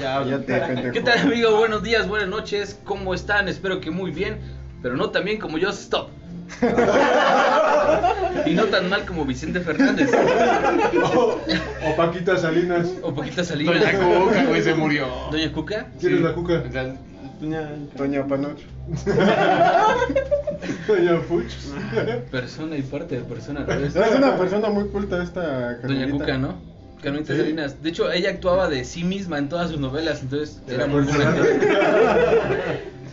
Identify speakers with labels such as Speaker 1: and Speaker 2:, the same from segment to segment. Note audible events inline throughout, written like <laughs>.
Speaker 1: Ya, ya te,
Speaker 2: ¿Qué tal, amigo? Buenos días, buenas noches. ¿Cómo están? Espero que muy bien, pero no tan bien como yo, stop. y no tan mal como Vicente Fernández
Speaker 1: O, o Paquita Salinas.
Speaker 2: o Paquita Salinas.
Speaker 3: <laughs>
Speaker 4: Doña Cuca, güey, se murió.
Speaker 2: Doña Cuca.
Speaker 1: ¿Quién es
Speaker 4: Sí.
Speaker 1: la cuca?
Speaker 4: La-
Speaker 3: Doña Panoch.
Speaker 1: Doña Fuch.
Speaker 2: Persona y parte de persona. al revés.
Speaker 3: Es una persona muy culta esta
Speaker 2: Doña
Speaker 3: Carmelita.
Speaker 2: Cuca, ¿no? Carmelita
Speaker 1: Sí.
Speaker 2: Salinas. De hecho, ella actuaba de sí misma en todas sus novelas, entonces
Speaker 1: De
Speaker 2: era
Speaker 1: la
Speaker 2: muy
Speaker 1: persona.
Speaker 2: buena.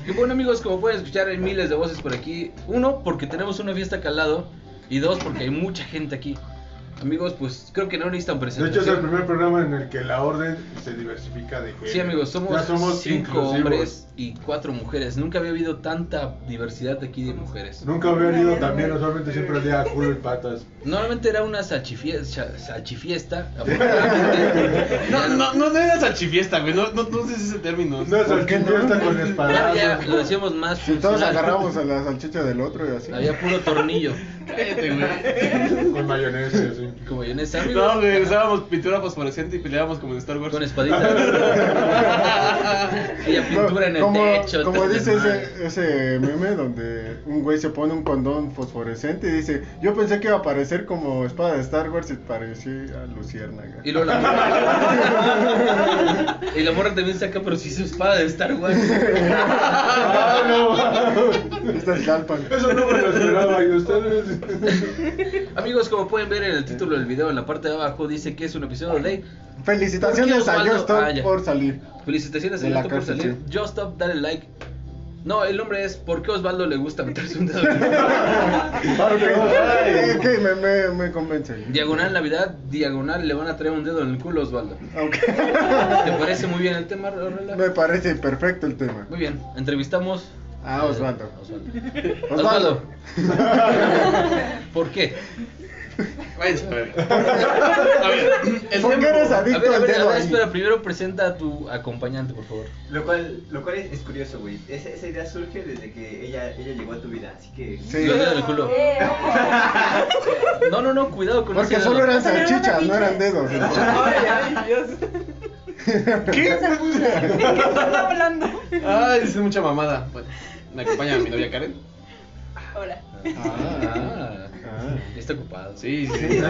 Speaker 2: Y bueno, amigos, como pueden escuchar, hay miles de voces por aquí. Uno, porque tenemos una fiesta acá al lado. Y dos, porque hay mucha gente aquí. Amigos, pues creo que no necesitan
Speaker 1: De hecho,
Speaker 2: presentación.
Speaker 1: es el primer programa en el que la orden se diversifica de género.
Speaker 2: Sí, amigos, somos,
Speaker 1: Ya somos
Speaker 2: cinco
Speaker 1: inclusivos.
Speaker 2: hombres y cuatro mujeres. Nunca había habido tanta diversidad aquí de mujeres.
Speaker 1: Nunca había venido también, usualmente siempre olía a culo y patas.
Speaker 2: Normalmente era una salchifiesta.
Speaker 1: <laughs>
Speaker 2: salchifiesta afortunadamente.
Speaker 4: No, no, no, no era salchifiesta, güey. No, no, no sé si ese término.
Speaker 1: No es
Speaker 3: ¿Por qué no?
Speaker 1: salchifiesta con
Speaker 2: Ya, ya,
Speaker 1: espadazo.
Speaker 2: lo decíamos más.
Speaker 3: Si todos
Speaker 2: funcional.
Speaker 3: agarramos a la salchicha del otro y así.
Speaker 2: Había puro tornillo.
Speaker 4: Cállate, güey.
Speaker 1: Con mayonesa, sí.
Speaker 2: Como yo en ese amigo.
Speaker 4: No, güey, usábamos pintura fosforescente y peleábamos como en Star Wars.
Speaker 2: Con
Speaker 4: <laughs>
Speaker 2: espadita. y la pintura en el
Speaker 3: como,
Speaker 2: techo.
Speaker 3: Como
Speaker 2: todo
Speaker 3: dice
Speaker 2: el mar.
Speaker 3: ese, ese meme donde un güey se pone un condón fosforescente y dice, yo pensé que iba a parecer como espada de Star Wars y parecía a Luciérnaga.
Speaker 2: Y luego la morra. <laughs> y la morra también saca, pero sí su espada de Star Wars.
Speaker 1: ¡Ah, no!
Speaker 3: <laughs> Esta es Lalpan.
Speaker 1: Eso no me lo esperaba. ¿Y ustedes?
Speaker 2: Amigos, como pueden ver en el título del video, en la parte de abajo dice que es un episodio de ¿Por
Speaker 3: Felicitaciones
Speaker 2: qué
Speaker 3: a
Speaker 2: Osvaldo?
Speaker 3: Justin
Speaker 2: Ah, ya.
Speaker 3: por
Speaker 2: <laughs>
Speaker 3: salir.
Speaker 2: felicitaciones a
Speaker 3: De la
Speaker 2: Beto por
Speaker 3: cárcel,
Speaker 2: salir. Just stop, dale like. No, el nombre es ¿Por qué Osvaldo le gusta meterse un dedo? en
Speaker 3: <laughs>
Speaker 2: el-
Speaker 3: Eh, que me, me, me convence.
Speaker 2: diagonal Navidad, diagonal le van a traer un dedo en el culo a Osvaldo.
Speaker 3: Aunque
Speaker 2: ¿Te parece muy bien el tema, Rorela?
Speaker 3: me parece perfecto el tema.
Speaker 2: Muy bien, entrevistamos
Speaker 3: A Ah, Osvaldo.
Speaker 2: a Osvaldo.
Speaker 3: Osvaldo.
Speaker 2: ¿Por qué?
Speaker 4: Váyanse, a ver. A ver, el
Speaker 3: ¿Por qué
Speaker 4: tema-
Speaker 3: eres
Speaker 2: A ver,
Speaker 3: adicto
Speaker 2: a
Speaker 3: al
Speaker 2: ver, a
Speaker 3: dedo
Speaker 2: ver,
Speaker 3: ahí?
Speaker 2: espera, primero presenta a tu acompañante, por favor.
Speaker 5: Lo cual, lo cual es, es curioso, güey. Esa, esa idea surge desde que ella, ella llegó a tu vida, así que...
Speaker 3: Sí.
Speaker 2: Los dedos en el culo.
Speaker 6: Ah, eh.
Speaker 2: No, no, no, cuidado con
Speaker 3: Porque
Speaker 2: ese
Speaker 3: solo
Speaker 2: dedo.
Speaker 3: eran
Speaker 6: Pero era una
Speaker 3: salchichas, no
Speaker 6: pinche-
Speaker 3: eran dedos.
Speaker 6: <laughs> Ay, Dios.
Speaker 4: ¿Qué?
Speaker 6: ¿Qué estás hablando?
Speaker 4: Ay, es mucha mamada. Bueno, me acompaña mi novia Karen.
Speaker 6: Hola.
Speaker 2: Ah,
Speaker 3: Ah,
Speaker 2: está ocupado.
Speaker 4: Sí, sí,
Speaker 3: <laughs>
Speaker 4: sí.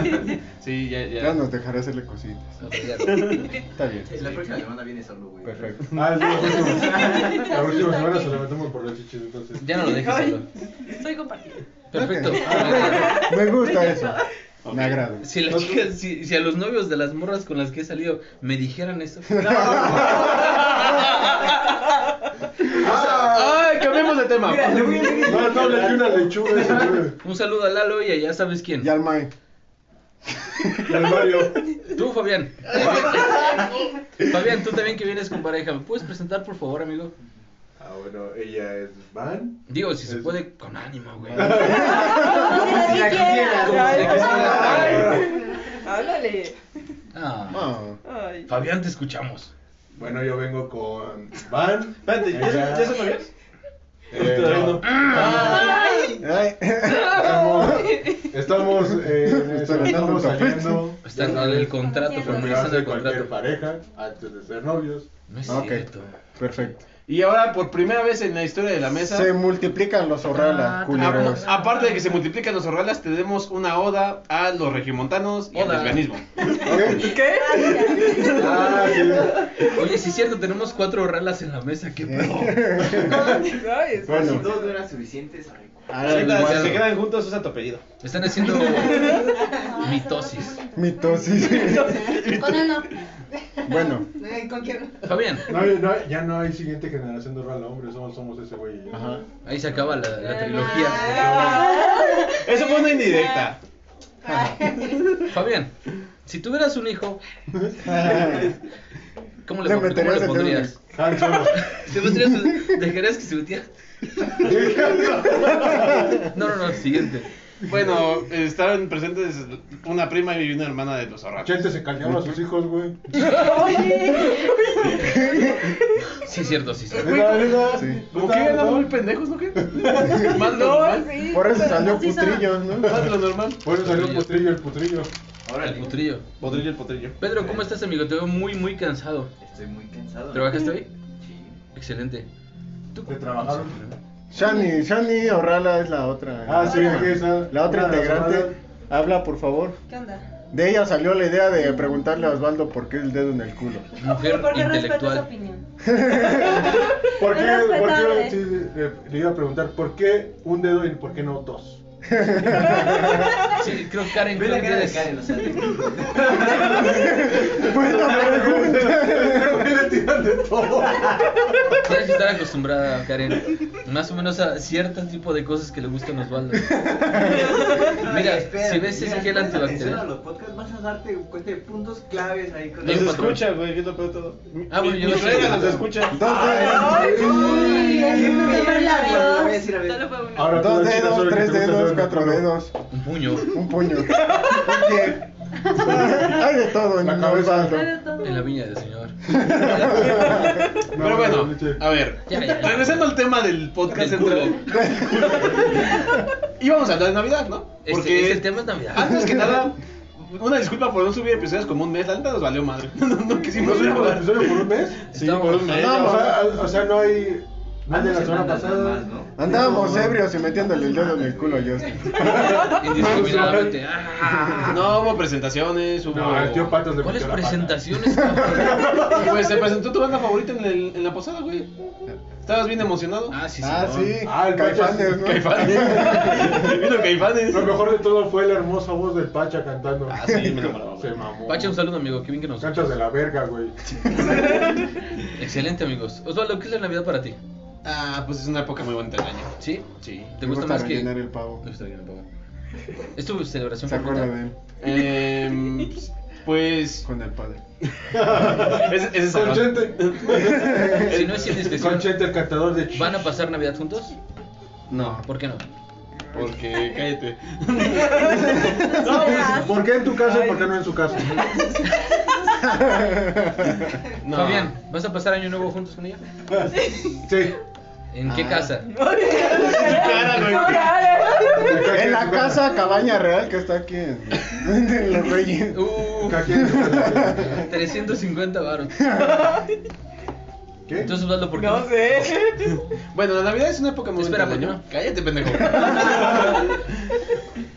Speaker 4: Sí, ya, ya.
Speaker 3: ya nos dejará hacerle cositas.
Speaker 2: Ok, ya. Pero
Speaker 3: Está bien.
Speaker 5: La próxima semana viene solo, güey.
Speaker 3: Perfecto.
Speaker 1: Ah, sí, la próxima- la próxima semana se la metemos por las chichis, entonces.
Speaker 2: Ya no lo dejes
Speaker 1: <laughs>
Speaker 2: solo.
Speaker 6: Soy compartida.
Speaker 2: Perfecto. Ah,
Speaker 3: Ok. Ah, Me gusta eso. Me agrada.
Speaker 2: Si, las chicas- si, si a los novios de las morras con las que he salido me dijeran
Speaker 3: <laughs>
Speaker 2: eso.
Speaker 1: Ah,
Speaker 4: Ay, cambiemos de tema.
Speaker 5: Mira, le voy a decir-
Speaker 1: No, no, le di una lechuga ese, güey.
Speaker 2: Un saludo a Lalo y a ya sabes quién.
Speaker 3: Y al Mae.
Speaker 1: Y al Mario.
Speaker 2: Tú,
Speaker 3: <laughs>
Speaker 2: Fabián. Fabián, tú también que vienes con pareja. ¿Me puedes presentar, por favor, amigo?
Speaker 1: Ah, bueno, ella es Van.
Speaker 2: Digo, si se
Speaker 1: Es-
Speaker 2: puede, con ánimo,
Speaker 3: <laughs>
Speaker 2: güey.
Speaker 6: Como si
Speaker 5: si la
Speaker 6: la
Speaker 5: quisieras.
Speaker 6: quisiera. Háblale.
Speaker 2: Ah.
Speaker 3: Ah.
Speaker 6: Ay.
Speaker 2: Fabián, te escuchamos.
Speaker 1: Bueno, yo vengo con Van.
Speaker 4: Espérate, ¿ya,
Speaker 1: Ella-
Speaker 4: ya se lo ves?
Speaker 1: Eh,
Speaker 4: Todavía
Speaker 1: no.
Speaker 4: no.
Speaker 3: Ay.
Speaker 1: Estamos, estamos, eh, en eso,
Speaker 3: Estoy
Speaker 1: estamos
Speaker 3: hablando con-
Speaker 1: saliendo.
Speaker 2: Está
Speaker 1: ya
Speaker 2: en
Speaker 1: sabes,
Speaker 2: el contrato,
Speaker 6: Conociendo.
Speaker 2: formalizando
Speaker 1: enamorarse
Speaker 2: el
Speaker 1: de cualquier
Speaker 2: contrato.
Speaker 1: pareja antes de ser novios.
Speaker 2: No es
Speaker 3: Ah, Ok.
Speaker 2: cierto.
Speaker 3: Perfecto.
Speaker 4: Y ahora, por primera vez en la historia de la mesa,
Speaker 3: Se multiplican los
Speaker 2: Ah,
Speaker 3: orralas, culeros.
Speaker 4: a- aparte de que se multiplican los orralas, tenemos una oda a los regimontanos y al
Speaker 2: Oda.
Speaker 4: <laughs> lesbianismo.
Speaker 6: ¿Qué?
Speaker 1: Ah, sí.
Speaker 2: Oye, sí es cierto, tenemos cuatro ralas en la mesa, qué pedo.
Speaker 6: Ay, es-
Speaker 5: Por si
Speaker 3: Bueno.
Speaker 5: dos no eran suficientes, ay,
Speaker 3: Ah,
Speaker 4: Sí, la-
Speaker 3: igual.
Speaker 4: si se quedan juntos, usa tu apellido.
Speaker 2: Están haciendo mitosis.
Speaker 7: <laughs>
Speaker 3: Mitosis.
Speaker 7: Con él no.
Speaker 3: Bueno.
Speaker 7: ¿Con quién?
Speaker 2: Fabián,
Speaker 1: No hay- no hay- ya no hay siguiente generación de Rala, hombre, somos, somos ese güey. y yo.
Speaker 3: Ajá.
Speaker 2: ahí se acaba la, la trilogía.
Speaker 6: Ah,
Speaker 4: Eso fue una indirecta.
Speaker 2: Fabián, si tuvieras un hijo, ¿cómo le,
Speaker 3: Le
Speaker 2: pon- ¿cómo
Speaker 3: meterías
Speaker 2: le
Speaker 3: el dedo en el-
Speaker 2: pondrías?
Speaker 1: Han Solo.
Speaker 4: <laughs>
Speaker 2: ¿Te pondrías, dejarías que se metiera? No, no, no, siguiente.
Speaker 4: Bueno, estaban presentes una prima y una hermana de los orralas.
Speaker 1: Chente se caldeaba a sus hijos, güey.
Speaker 2: Sí, es cierto, sí, es cierto.
Speaker 1: Neta, neta.
Speaker 3: Sí.
Speaker 4: ¿Cómo que eran muy pendejos, no qué? Más de lo normal.
Speaker 6: sí.
Speaker 3: Por eso salió
Speaker 7: Sí, son-
Speaker 3: putrillos, ¿no?
Speaker 4: Más de lo normal.
Speaker 1: Por eso salió Putrillo el Putrillo.
Speaker 5: Ahora
Speaker 2: El potrillo.
Speaker 4: Potrillo, el potrillo. Eh,
Speaker 2: Pedro, ¿cómo estás, amigo? Te veo muy, muy cansado.
Speaker 5: Estoy muy cansado.
Speaker 2: ¿Trabajaste hoy?
Speaker 5: Sí.
Speaker 2: Excelente. ¿Tú
Speaker 1: ¿Te trabajaron?
Speaker 3: Shani, Shani Orrala es la otra.
Speaker 1: Ah, sí, aquí está.
Speaker 3: La otra
Speaker 1: Una de las
Speaker 3: integrante.
Speaker 1: hermanas.
Speaker 3: Habla, por favor.
Speaker 7: ¿Qué onda?
Speaker 3: De ella salió la idea de preguntarle a Osvaldo por qué el dedo en el
Speaker 1: <laughs>
Speaker 3: culo.
Speaker 2: Mujer
Speaker 7: ¿Por qué respeto su
Speaker 2: intelectual.
Speaker 7: opinión?
Speaker 1: ¿Por qué?
Speaker 7: Es
Speaker 1: por qué-
Speaker 7: respetable.
Speaker 1: sí, sí, le, le iba a preguntar, ¿por qué un dedo y por qué no dos?
Speaker 2: Sí, creo que Karen.
Speaker 5: Ve la
Speaker 2: creo que
Speaker 5: cara de
Speaker 2: eres-
Speaker 5: Karen, o sea, te-
Speaker 2: Tienes que estar acostumbrada, Karen. Más o menos a cierto tipo de cosas que le gustan a Osvaldo.
Speaker 5: <laughs>
Speaker 2: Mira,
Speaker 5: espérate,
Speaker 2: si ves ese
Speaker 5: mira,
Speaker 2: gel
Speaker 5: pones atención a
Speaker 2: antibacterial.
Speaker 5: los podcasts, vas a darte cuenta de puntos claves ahí con
Speaker 4: Nos
Speaker 2: Bien, patrón.
Speaker 4: escucha, güey, que es lo peor de todo. Mi-
Speaker 2: Ah, bueno, yo
Speaker 4: mi
Speaker 2: no sé.
Speaker 4: suegra nos escucha. Ah,
Speaker 3: Dos
Speaker 7: Ay,
Speaker 3: dedos.
Speaker 7: ay,
Speaker 5: Lo voy
Speaker 7: ay, ay,
Speaker 5: a
Speaker 7: ay,
Speaker 5: decir, a ver.
Speaker 8: Solo fue uno.
Speaker 1: Ahora tú,
Speaker 3: Dos
Speaker 1: la chica,
Speaker 3: dedos,
Speaker 1: solo que
Speaker 3: tres
Speaker 1: te gusta el dedo
Speaker 3: dedos,
Speaker 1: en el
Speaker 3: cuatro
Speaker 1: culo.
Speaker 3: dedos.
Speaker 2: Un puño.
Speaker 3: Un
Speaker 1: <laughs>
Speaker 3: puño. Un pie. Hay de todo en
Speaker 1: La cabeza.
Speaker 8: Ah,
Speaker 3: Osvaldo.
Speaker 7: ay, de todo.
Speaker 2: En la viña del
Speaker 5: <laughs>
Speaker 2: señor. Este,
Speaker 1: No,
Speaker 4: Pero bueno,
Speaker 1: no, no, no.
Speaker 4: a ver.
Speaker 2: Ya, ya, ya.
Speaker 4: Regresando al tema del podcast
Speaker 2: Del culo.
Speaker 4: central. <laughs> Íbamos a hablar de Navidad, ¿no?
Speaker 2: Este,
Speaker 4: Porque
Speaker 2: este tema es Navidad.
Speaker 5: <laughs>
Speaker 4: antes que nada, una disculpa por no subir episodios como un mes. La neta nos valió madre. <laughs> No, no
Speaker 1: ¿No
Speaker 4: quisimos
Speaker 1: subimos el
Speaker 4: grabar.
Speaker 1: episodio por un mes?
Speaker 4: Sí,
Speaker 2: Estamos-
Speaker 4: por un mes.
Speaker 1: No, o
Speaker 4: o sea,
Speaker 1: sea, o sea, no hay. No hay de
Speaker 5: Antes
Speaker 1: la semana
Speaker 5: eran las
Speaker 1: pasada.
Speaker 5: mamás, ¿no?
Speaker 3: Andábamos ebrios y metiéndole el dedo en el culo a Justin.
Speaker 5: <laughs>
Speaker 2: Indiscriminadamente. Ah.
Speaker 4: No hubo presentaciones, hubo...
Speaker 1: No, el tío Patas le
Speaker 2: ¿Cuáles
Speaker 1: metió la pata.
Speaker 5: <laughs>
Speaker 2: presentaciones? Ah, cabrón?
Speaker 4: Pues se presentó tu banda favorita en, el- en la posada, güey. Estabas bien emocionado.
Speaker 2: Ah, sí, sí.
Speaker 3: Ah,
Speaker 2: no.
Speaker 3: sí.
Speaker 1: Ah, el
Speaker 3: Caifanes, ¿no?
Speaker 1: <laughs>
Speaker 4: Caifanes. Vino Caifanes.
Speaker 1: Lo mejor de todo fue la hermosa voz del Pacha cantando.
Speaker 4: Ah, sí,
Speaker 1: <laughs>
Speaker 4: me enamoraba, güey.
Speaker 1: Se mamó.
Speaker 2: Pacha, un saludo, amigo. Qué bien que nos
Speaker 1: Cantas de la verga,
Speaker 4: <laughs>
Speaker 1: güey.
Speaker 2: Excelente, amigos. Osvaldo, ¿qué es la Navidad para ti?
Speaker 4: Ah, pues es una época muy bonita del año.
Speaker 2: ¿Sí?
Speaker 4: Sí.
Speaker 2: ¿Te gusta más que.?
Speaker 3: rellenar el pavo.
Speaker 2: No está bien, papá. ¿Es tu celebración
Speaker 3: ¿Se acuerda de
Speaker 2: favorita?
Speaker 3: él?
Speaker 4: Em, pues.
Speaker 3: Con
Speaker 2: <laughs>
Speaker 3: el padre.
Speaker 4: <laughs> Ese ese es
Speaker 1: Con
Speaker 4: Salvador. <laughs>
Speaker 1: Chente.
Speaker 2: Si no es indiscreción,
Speaker 1: Con Chente el cantador de ch-
Speaker 2: ¿van a
Speaker 1: <laughs>
Speaker 2: pasar Navidad juntos?
Speaker 3: No.
Speaker 2: ¿Por qué no?
Speaker 4: Porque cállate.
Speaker 1: ¿Por qué en tu casa y
Speaker 6: Ay.
Speaker 1: por qué no en su casa?
Speaker 4: No.
Speaker 2: Fabián, ¿vas a pasar año nuevo juntos con ella?
Speaker 1: Sí.
Speaker 2: ¿En qué
Speaker 3: Ah.
Speaker 2: casa?
Speaker 4: Cara, güey.
Speaker 3: En la casa Cabaña Real que está aquí en,
Speaker 2: <laughs>
Speaker 3: en Los Reyes.
Speaker 2: Uh,
Speaker 1: Cada quien en su casa.
Speaker 2: 350 baros.
Speaker 1: ¿Qué?
Speaker 2: Entonces, Osvaldo, ¿por qué?
Speaker 6: No
Speaker 2: no?
Speaker 8: <laughs>
Speaker 6: sé.
Speaker 4: Bueno, la Navidad es una época muy
Speaker 2: Espera,
Speaker 4: bonita. del
Speaker 2: ¿por qué
Speaker 4: año. Cállate, pendejo.
Speaker 2: <laughs>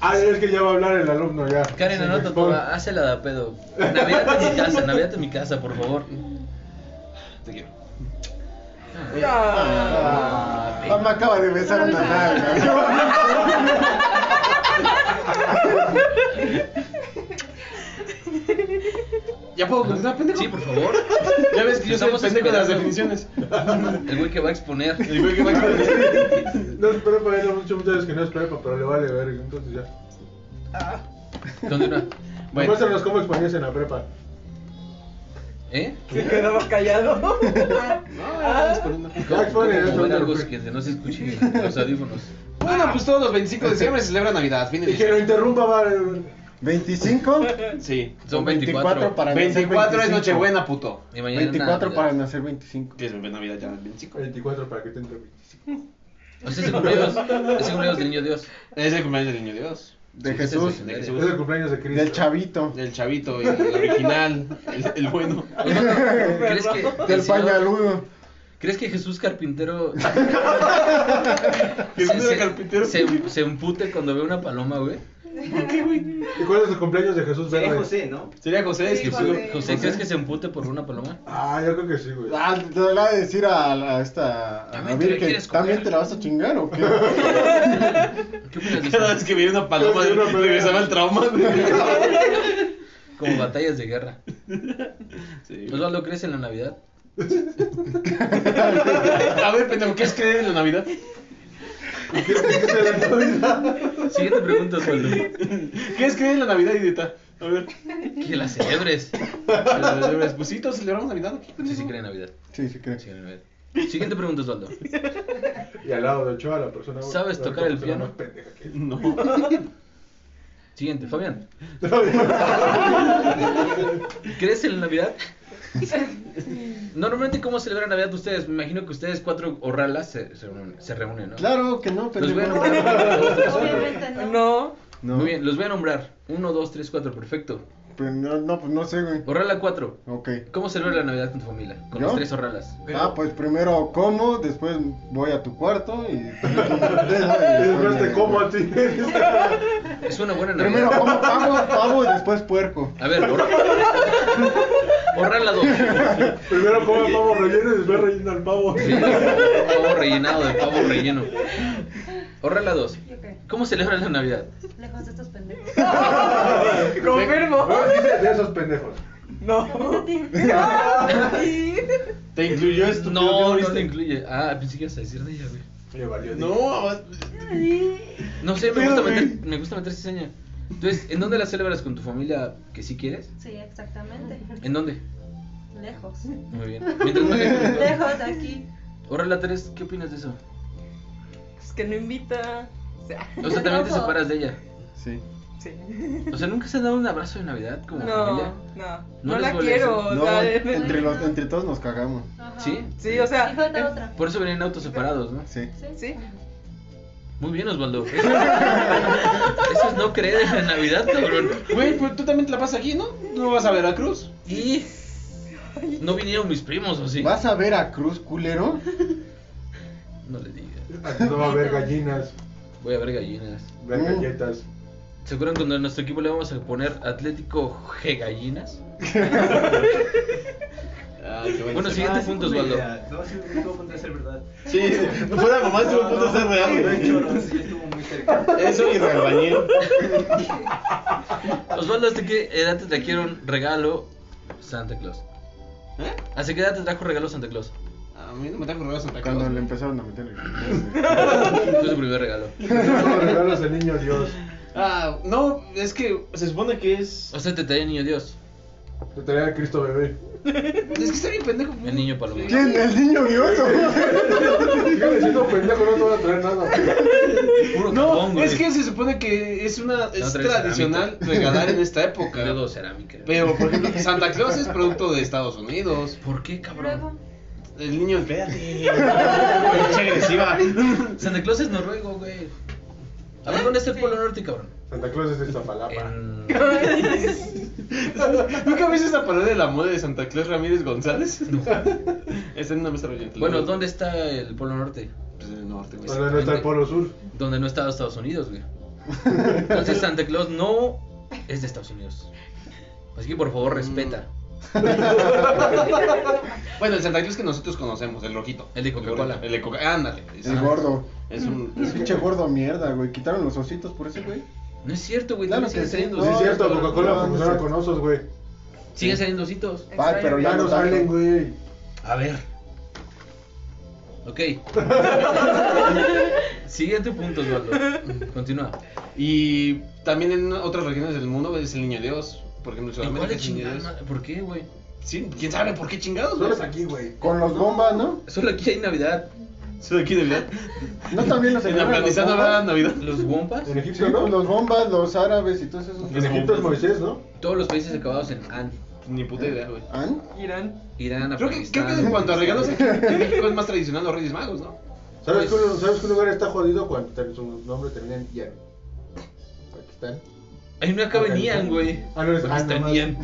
Speaker 1: Ah, es que ya va a hablar el alumno ya.
Speaker 2: Karen,
Speaker 1: Se
Speaker 2: anota
Speaker 1: expone.
Speaker 2: tu. Hácela de pedo. Navidad en mi casa, Navidad en mi casa, por favor.
Speaker 4: Te quiero.
Speaker 3: Ah, Mamá acaba de besar una nalga.
Speaker 4: ¿Ya puedo continuar, pendejo?
Speaker 2: Sí, por favor.
Speaker 4: Ya ves que yo soy el
Speaker 2: Estamos
Speaker 4: pendejo de las
Speaker 2: esperando.
Speaker 4: definiciones. <laughs>
Speaker 2: El güey que va a exponer.
Speaker 4: El güey que va a-
Speaker 1: <laughs> No es prepa, era mucho, muchas veces que no es prepa, pero le vale verga. Entonces ya.
Speaker 2: Continúa.
Speaker 4: Bueno.
Speaker 1: Muéstranos cómo exponías en la prepa.
Speaker 2: ¿Eh?
Speaker 6: Se quedaba callado.
Speaker 7: Ah,
Speaker 4: No, ya estamos poniendo.
Speaker 2: ¿Cómo,
Speaker 1: Ay, pobre,
Speaker 2: cómo
Speaker 1: eso
Speaker 2: mover
Speaker 1: no
Speaker 2: algo
Speaker 1: lo-
Speaker 2: que no se escuche en los audífonos?
Speaker 4: Bueno, pues todos los 25 de diciembre se celebra Navidad. Fin de
Speaker 1: Y que lo interrumpa, va. eh,
Speaker 3: 25.
Speaker 4: Sí.
Speaker 2: Son
Speaker 3: o
Speaker 2: 24.
Speaker 3: para no ser
Speaker 4: 24 es
Speaker 3: 25.
Speaker 4: Nochebuena, puto.
Speaker 2: Y mañana es
Speaker 3: 24
Speaker 2: Navidad.
Speaker 3: para nacer 25.
Speaker 4: Que es Navidad ya, 25.
Speaker 1: 24 para que te entre.
Speaker 2: O sea, es el cumpleaños. Es el cumpleaños del niño Dios. Este
Speaker 4: Es el cumpleaños del niño Dios.
Speaker 3: De
Speaker 2: Sí,
Speaker 3: Jesús.
Speaker 2: sí,
Speaker 4: De
Speaker 1: Es
Speaker 4: Jesús.
Speaker 1: el cumpleaños de Cristo.
Speaker 2: <laughs>
Speaker 3: Del chavito. <laughs>
Speaker 4: Del chavito, el original, el, el bueno.
Speaker 2: ¿Crees que el
Speaker 3: Del
Speaker 2: señor-
Speaker 3: pañaludo.
Speaker 2: ¿Crees que Jesús Carpintero
Speaker 4: Que
Speaker 2: se,
Speaker 4: es
Speaker 2: se-
Speaker 4: el carpintero.
Speaker 2: se- se empute cuando ve una paloma, güey?
Speaker 1: ¿Y cuál es el cumpleaños de Jesús
Speaker 5: Sería
Speaker 1: Verde?
Speaker 5: José, ¿no?
Speaker 4: Sería José, es
Speaker 7: Sí,
Speaker 4: que
Speaker 7: José.
Speaker 4: fue-
Speaker 2: José, ¿crees que se empute por una paloma?
Speaker 1: Ah, yo creo que sí, güey.
Speaker 3: Ah, te lo voy a decir a, a esta. A la
Speaker 2: También te la
Speaker 3: Virgen.
Speaker 2: quieres comer.
Speaker 3: ¿También te la vas a chingar o
Speaker 2: <laughs>
Speaker 3: qué?
Speaker 2: ¿Qué
Speaker 4: <laughs>
Speaker 2: opinas de
Speaker 4: Cada
Speaker 2: eso?
Speaker 4: vez que veía una paloma,
Speaker 1: Yo vi una paloma.
Speaker 4: regresaba el trauma.
Speaker 2: Como batallas de guerra.
Speaker 4: Sí.
Speaker 2: Osvaldo, ¿crees en la Navidad?
Speaker 4: A ver, pendejo, ¿qué es creer en la Navidad?
Speaker 2: <laughs> Siguiente pregunta, Osvaldo.
Speaker 4: ¿Qué es creer en la Navidad, idiota? A ver.
Speaker 2: Que la celebres.
Speaker 4: Pues sí, todos celebramos Navidad aquí.
Speaker 2: Sí, sí cree en Navidad.
Speaker 3: Sí, sí, creo.
Speaker 2: Sí cree en Navidad. Siguiente pregunta, Osvaldo.
Speaker 1: Y al lado de Ochoa, la persona.
Speaker 2: ¿Sabes
Speaker 1: la
Speaker 2: tocar el
Speaker 1: persona
Speaker 2: piano?
Speaker 1: más pendeja que- <laughs>
Speaker 4: No.
Speaker 2: Siguiente, Fabián. ¿Crees en la Navidad? Normalmente, ¿cómo celebran Navidad ustedes? Me imagino que ustedes cuatro orralas se, se reúnen, se reúnen, ¿no?
Speaker 3: Claro que no, <laughs>
Speaker 2: Los
Speaker 3: pendejo.
Speaker 2: ven-
Speaker 7: Obviamente no.
Speaker 6: No.
Speaker 3: No.
Speaker 2: Muy bien, los voy a nombrar. Uno, dos, tres, cuatro, perfecto.
Speaker 3: Pues no, no, pues no sé, güey.
Speaker 2: Horrala cuatro.
Speaker 3: Ok.
Speaker 2: ¿Cómo celebra la Navidad con tu familia? Con
Speaker 3: ¿Yo?
Speaker 2: los tres horralas.
Speaker 3: Ah, pues primero como, después voy a tu cuarto y... <laughs>
Speaker 1: Y después te como a ti.
Speaker 2: Es una buena Navidad.
Speaker 3: Primero como pavo, pavo y después puerco.
Speaker 2: A ver, hor- horrala dos.
Speaker 1: <laughs> Primero come el pavo relleno y después rellena el pavo. <laughs>
Speaker 2: Sí, pavo rellenado de pavo relleno. Horrala dos.
Speaker 7: Ok.
Speaker 2: ¿Cómo celebra la Navidad?
Speaker 7: Lejos de
Speaker 8: <laughs>
Speaker 7: estos pendejos.
Speaker 6: Confirmo.
Speaker 1: Ah, dice de esos pendejos.
Speaker 6: No.
Speaker 4: ¿Te incluyó esto?
Speaker 2: No, no te incluye. Ah, pensé que ibas a decir de ella, güey.
Speaker 1: Le valió.
Speaker 4: No, ah, abas-
Speaker 2: No sé, me gusta, meter, me gusta meter cizaña. Entonces, ¿en dónde la celebras con tu familia que sí quieres?
Speaker 7: Sí, exactamente.
Speaker 2: ¿En dónde?
Speaker 7: Lejos.
Speaker 2: Muy bien. Mientras más lejos, mejor.
Speaker 7: <laughs> Lejos de aquí.
Speaker 2: Horrala tres, ¿qué opinas de eso?
Speaker 8: Es que no invita. O sea,
Speaker 2: O sea, también te
Speaker 7: Ojo.
Speaker 2: separas de ella.
Speaker 3: Sí.
Speaker 8: sí.
Speaker 2: O sea, ¿nunca se han dado un abrazo de Navidad como
Speaker 8: No,
Speaker 2: familia?
Speaker 8: no.
Speaker 2: No
Speaker 8: No
Speaker 2: les
Speaker 8: la
Speaker 2: duele
Speaker 8: quiero.
Speaker 2: eso.
Speaker 8: O
Speaker 3: No,
Speaker 8: sea,
Speaker 3: entre, los, entre todos nos cagamos.
Speaker 7: Ajá.
Speaker 2: ¿Sí?
Speaker 8: Sí, o sea.
Speaker 7: Y falta otra.
Speaker 2: Por eso venían autos separados, ¿no?
Speaker 3: Sí.
Speaker 8: Sí.
Speaker 2: Muy bien, Osvaldo. <laughs> Eso, eso es no creer en la Navidad, cabrón.
Speaker 4: Güey, pues tú también te la pasas aquí, ¿no? ¿No vas a Veracruz?
Speaker 2: Y no vinieron mis primos, ¿o sí?
Speaker 3: ¿Vas a ver a Cruz, culero?
Speaker 2: No le digas.
Speaker 1: Aquí no va a haber gallinas,
Speaker 2: Voy a ver gallinas.
Speaker 1: va a haber
Speaker 3: Mm.
Speaker 1: galletas. <laughs>
Speaker 2: ¿Se acuerdan cuando a nuestro equipo le vamos a poner Atlético G Gallinas?
Speaker 4: Ay, Ah, qué
Speaker 2: Bueno,
Speaker 4: sí. pues,
Speaker 2: siguiente punto, Osvaldo.
Speaker 5: No, sí, estuvo a punto de ser verdad.
Speaker 4: Sí, <laughs> fuera nomás estuvo a punto de ser real.
Speaker 5: No,
Speaker 4: güey.
Speaker 5: no, no, sí, estuvo muy cerca.
Speaker 4: Eso y de albañil. Ah,
Speaker 2: Osvaldo, ¿hasta qué edad te trajeron regalo Santa Claus?
Speaker 4: ¿Eh?
Speaker 2: ¿Hasta qué edad te trajo regalo Santa Claus?
Speaker 4: A mí no me trajo regalos Santa Claus.
Speaker 3: Cuando le
Speaker 4: güey.
Speaker 3: empezaron a meter el... <laughs>
Speaker 2: Fue su primer regalo.
Speaker 1: Los regalos del niño Dios.
Speaker 4: Ah, no, es que se supone que es.
Speaker 2: O sea, te traía el niño Dios.
Speaker 1: Te traía a Cristo bebé. <laughs>
Speaker 4: Es que está bien pendejo.
Speaker 2: El niño palomero.
Speaker 3: ¿Quién? ¿El niño dioso?
Speaker 1: Sigue siendo pendejo, no te va a traer nada.
Speaker 2: Puro
Speaker 4: No,
Speaker 2: carbón, güey.
Speaker 4: es que se supone que es una es
Speaker 2: traes
Speaker 4: tradicional
Speaker 2: cerámica.
Speaker 4: regalar en esta época.
Speaker 2: Dedo cerámica.
Speaker 4: Pero, por ejemplo, Santa Claus es producto de Estados Unidos.
Speaker 2: ¿Por qué,
Speaker 7: Luego,
Speaker 2: cabrón?
Speaker 4: El niño, espérate. Pinche agresiva.
Speaker 2: Santa Claus es noruego, güey. A ver, ¿dónde está el Polo Norte, cabrón?
Speaker 1: Santa Claus es de Iztapalapa.
Speaker 2: En...
Speaker 8: <laughs>
Speaker 4: ¿Nunca viste esa parodia de la moda de Santa Claus Ramírez González? Está en una mesa brillante.
Speaker 2: Bueno, ¿dónde está el Polo Norte?
Speaker 4: Pues en el norte, güey.
Speaker 1: Donde no está el Polo Sur.
Speaker 2: Donde no está Estados Unidos, güey. Entonces Santa Claus no es de Estados Unidos. Así que por favor respeta.
Speaker 4: Bueno, el Santa Claus que nosotros conocemos, el rojito.
Speaker 2: El de Coca-Cola.
Speaker 4: El de Coca-Cola. Ándale. Es-
Speaker 3: El gordo.
Speaker 4: Es un.
Speaker 3: Es pinche gordo mierda, güey. Quitaron los ositos por ese, güey.
Speaker 2: No es cierto, güey.
Speaker 3: Claro
Speaker 2: todavía
Speaker 3: que
Speaker 2: siguen
Speaker 3: sí,
Speaker 2: saliendo
Speaker 1: <laughs> Sí, es
Speaker 2: ositos,
Speaker 1: cierto,
Speaker 2: cabrón.
Speaker 3: No,
Speaker 1: Coca-Cola
Speaker 3: no sé.
Speaker 1: funciona con osos, güey.
Speaker 2: Siguen saliendo ositos.
Speaker 3: Ay, pero
Speaker 1: Ya no
Speaker 3: tanto.
Speaker 1: salen, güey.
Speaker 2: A ver. Ok. Siguiente punto, Osvaldo. Continúa.
Speaker 4: Y también en otras regiones del mundo es el niño Dios. Por ejemplo, en
Speaker 2: ¿Y
Speaker 4: Sudamérica
Speaker 2: cuál es
Speaker 4: es el niño Dios.
Speaker 2: chingada? ¿Por qué, güey?
Speaker 4: Sí, quién sabe por qué chingados,
Speaker 1: Solo
Speaker 4: güey.
Speaker 1: es
Speaker 4: <laughs>
Speaker 1: aquí, güey.
Speaker 3: Con los bombas, ¿no?
Speaker 2: Solo aquí hay Navidad.
Speaker 4: Solo aquí de verdad.
Speaker 3: ¿No también los
Speaker 4: En Afganistán no habrá Navidad.
Speaker 2: Los Wompas.
Speaker 1: En
Speaker 3: Sí,
Speaker 1: Egipto,
Speaker 3: pues
Speaker 1: ¿no?
Speaker 3: los bombas, los árabes y todos esos.
Speaker 1: En Egipto es Moisés, ¿no?
Speaker 2: Todos los países acabados en An.
Speaker 4: Ni puta idea, güey.
Speaker 3: ¿An?
Speaker 8: Irán.
Speaker 2: Irán,
Speaker 4: Creo que,
Speaker 2: Afganistán.
Speaker 4: creo que en cuanto a regalos aquí, en
Speaker 3: <laughs>
Speaker 4: México es más tradicional los Reyes Magos, ¿no?
Speaker 1: ¿Sabes,
Speaker 2: pues,
Speaker 1: qué, ¿Sabes qué lugar está jodido cuando te- su nombre termina en Ian? Pakistán.
Speaker 2: Ahí no acaba en Ian, güey. Pues,
Speaker 1: Ah, no, es
Speaker 2: Porque
Speaker 1: An
Speaker 2: está en
Speaker 1: nomás.
Speaker 2: Ian.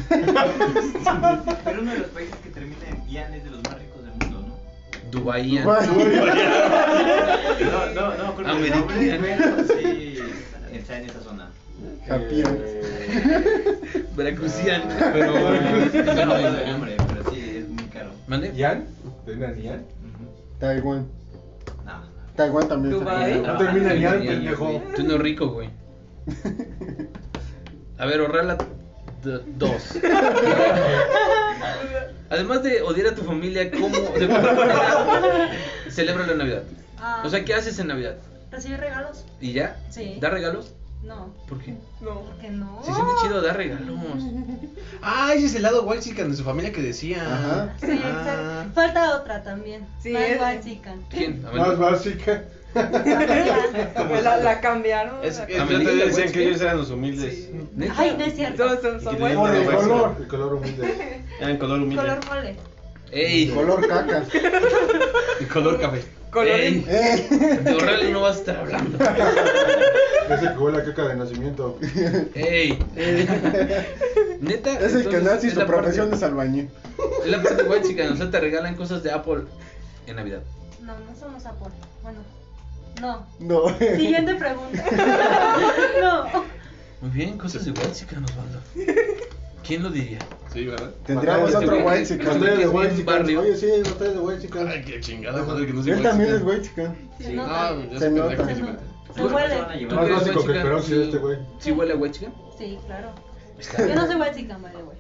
Speaker 5: Pero uno de los países que termina en Ian es de los más ricos del mundo, ¿no?
Speaker 2: Dubai, Ian.
Speaker 5: No, no, no, creo que
Speaker 2: Americano.
Speaker 5: nombre, pero sí está en esa
Speaker 2: <laughs>
Speaker 5: zona.
Speaker 3: <laughs> Japón.
Speaker 1: Eh,
Speaker 2: Veracruzian.
Speaker 4: Pero.
Speaker 2: <laughs>
Speaker 5: No me acuerdo el nombre, pero sí, es muy caro.
Speaker 2: ¿Mande?
Speaker 1: ¿Ian? ¿Termina en Ian?
Speaker 5: Ujú.
Speaker 3: Taiwán.
Speaker 5: No, no.
Speaker 3: Taiwán también. está-
Speaker 8: Dubái.
Speaker 1: No termina en Ian,
Speaker 2: Ian,
Speaker 1: pendejo.
Speaker 2: güey. Tú no rico,
Speaker 1: <laughs>
Speaker 2: güey. A ver, ahorrala d- dos. Además de odiar a tu familia, ¿cómo?
Speaker 1: <laughs>
Speaker 2: ¿De cuál manera celebra la Navidad?
Speaker 7: ah,
Speaker 2: O sea, ¿qué haces en Navidad?
Speaker 7: ¿Recibir regalos?
Speaker 2: ¿Y ya?
Speaker 7: Sí.
Speaker 2: ¿Da regalos?
Speaker 7: No.
Speaker 2: ¿Por qué?
Speaker 8: No.
Speaker 7: ¿Por qué no?
Speaker 2: Se siente chido dar regalos.
Speaker 4: Ah, ese es el lado white chican de su familia que decía. Ah.
Speaker 3: Ajá.
Speaker 7: Sí, exacto. Falta otra también.
Speaker 8: Sí,
Speaker 7: Más
Speaker 8: es-
Speaker 7: guachican.
Speaker 2: ¿Quién? A ver.
Speaker 1: Más básica.
Speaker 8: La, la cambiaron.
Speaker 4: Es
Speaker 8: la-
Speaker 4: que
Speaker 2: Ah,
Speaker 4: yo te
Speaker 2: Melinda,
Speaker 4: decían
Speaker 2: güey,
Speaker 4: que
Speaker 2: ¿qué?
Speaker 4: ellos eran los humildes.
Speaker 8: Sí.
Speaker 2: ¿Neta?
Speaker 7: Ay, no es cierto.
Speaker 8: Son, son, son
Speaker 4: Y que
Speaker 8: buenos.
Speaker 1: Por el
Speaker 4: Básica.
Speaker 1: color. El color humilde.
Speaker 4: Eran color humilde.
Speaker 7: Color mole.
Speaker 2: <laughs> Ey,
Speaker 3: Color caca.
Speaker 4: <laughs> Color café.
Speaker 8: Colorín.
Speaker 3: Eh,
Speaker 2: Ey, de Orrell no vas a estar hablando.
Speaker 1: Ese que huele a caca de nacimiento.
Speaker 2: Ey. eh, <laughs> Neta.
Speaker 3: Es el que
Speaker 2: entonces,
Speaker 3: nace y
Speaker 2: es
Speaker 3: su
Speaker 2: la parte-
Speaker 3: profesión es albañil.
Speaker 2: Es la parte guay, chica. O sea, te regalan cosas de Apple en Navidad.
Speaker 7: No, no somos aporte. Bueno, no.
Speaker 3: No.
Speaker 7: Siguiente pregunta. no.
Speaker 2: Muy bien, cosas de guay, chica, nos manda. ¿Quién lo diría?
Speaker 4: Sí, ¿verdad?
Speaker 3: Tendríamos
Speaker 1: Batalla de
Speaker 3: otro
Speaker 1: Tepic.
Speaker 3: white
Speaker 2: Tepic.
Speaker 1: Batalla
Speaker 3: chican.
Speaker 1: de
Speaker 2: Es
Speaker 1: White
Speaker 2: bien
Speaker 1: Chicans.
Speaker 2: barrio.
Speaker 1: Oye, sí, batalla de White Chicans.
Speaker 4: Ay, qué chingada madre que no
Speaker 3: <laughs>
Speaker 4: se
Speaker 3: Él también es white chican.
Speaker 7: Se
Speaker 2: Sí.
Speaker 7: nota.
Speaker 4: Ah, ya
Speaker 3: Se
Speaker 4: se
Speaker 3: nota.
Speaker 4: pendejo.
Speaker 7: se
Speaker 4: sí,
Speaker 7: nota. Se
Speaker 5: ¿Cómo se van a llevar?
Speaker 7: huele.
Speaker 2: ¿Tú
Speaker 1: Más
Speaker 2: que eres
Speaker 1: básico
Speaker 2: guay,
Speaker 1: que
Speaker 2: chica,
Speaker 1: el peróxido
Speaker 2: sí-
Speaker 1: este güey.
Speaker 2: ¿Sí huele a guay, chica?
Speaker 7: Sí, claro.
Speaker 2: Está-
Speaker 7: Yo no soy guachica, by the way.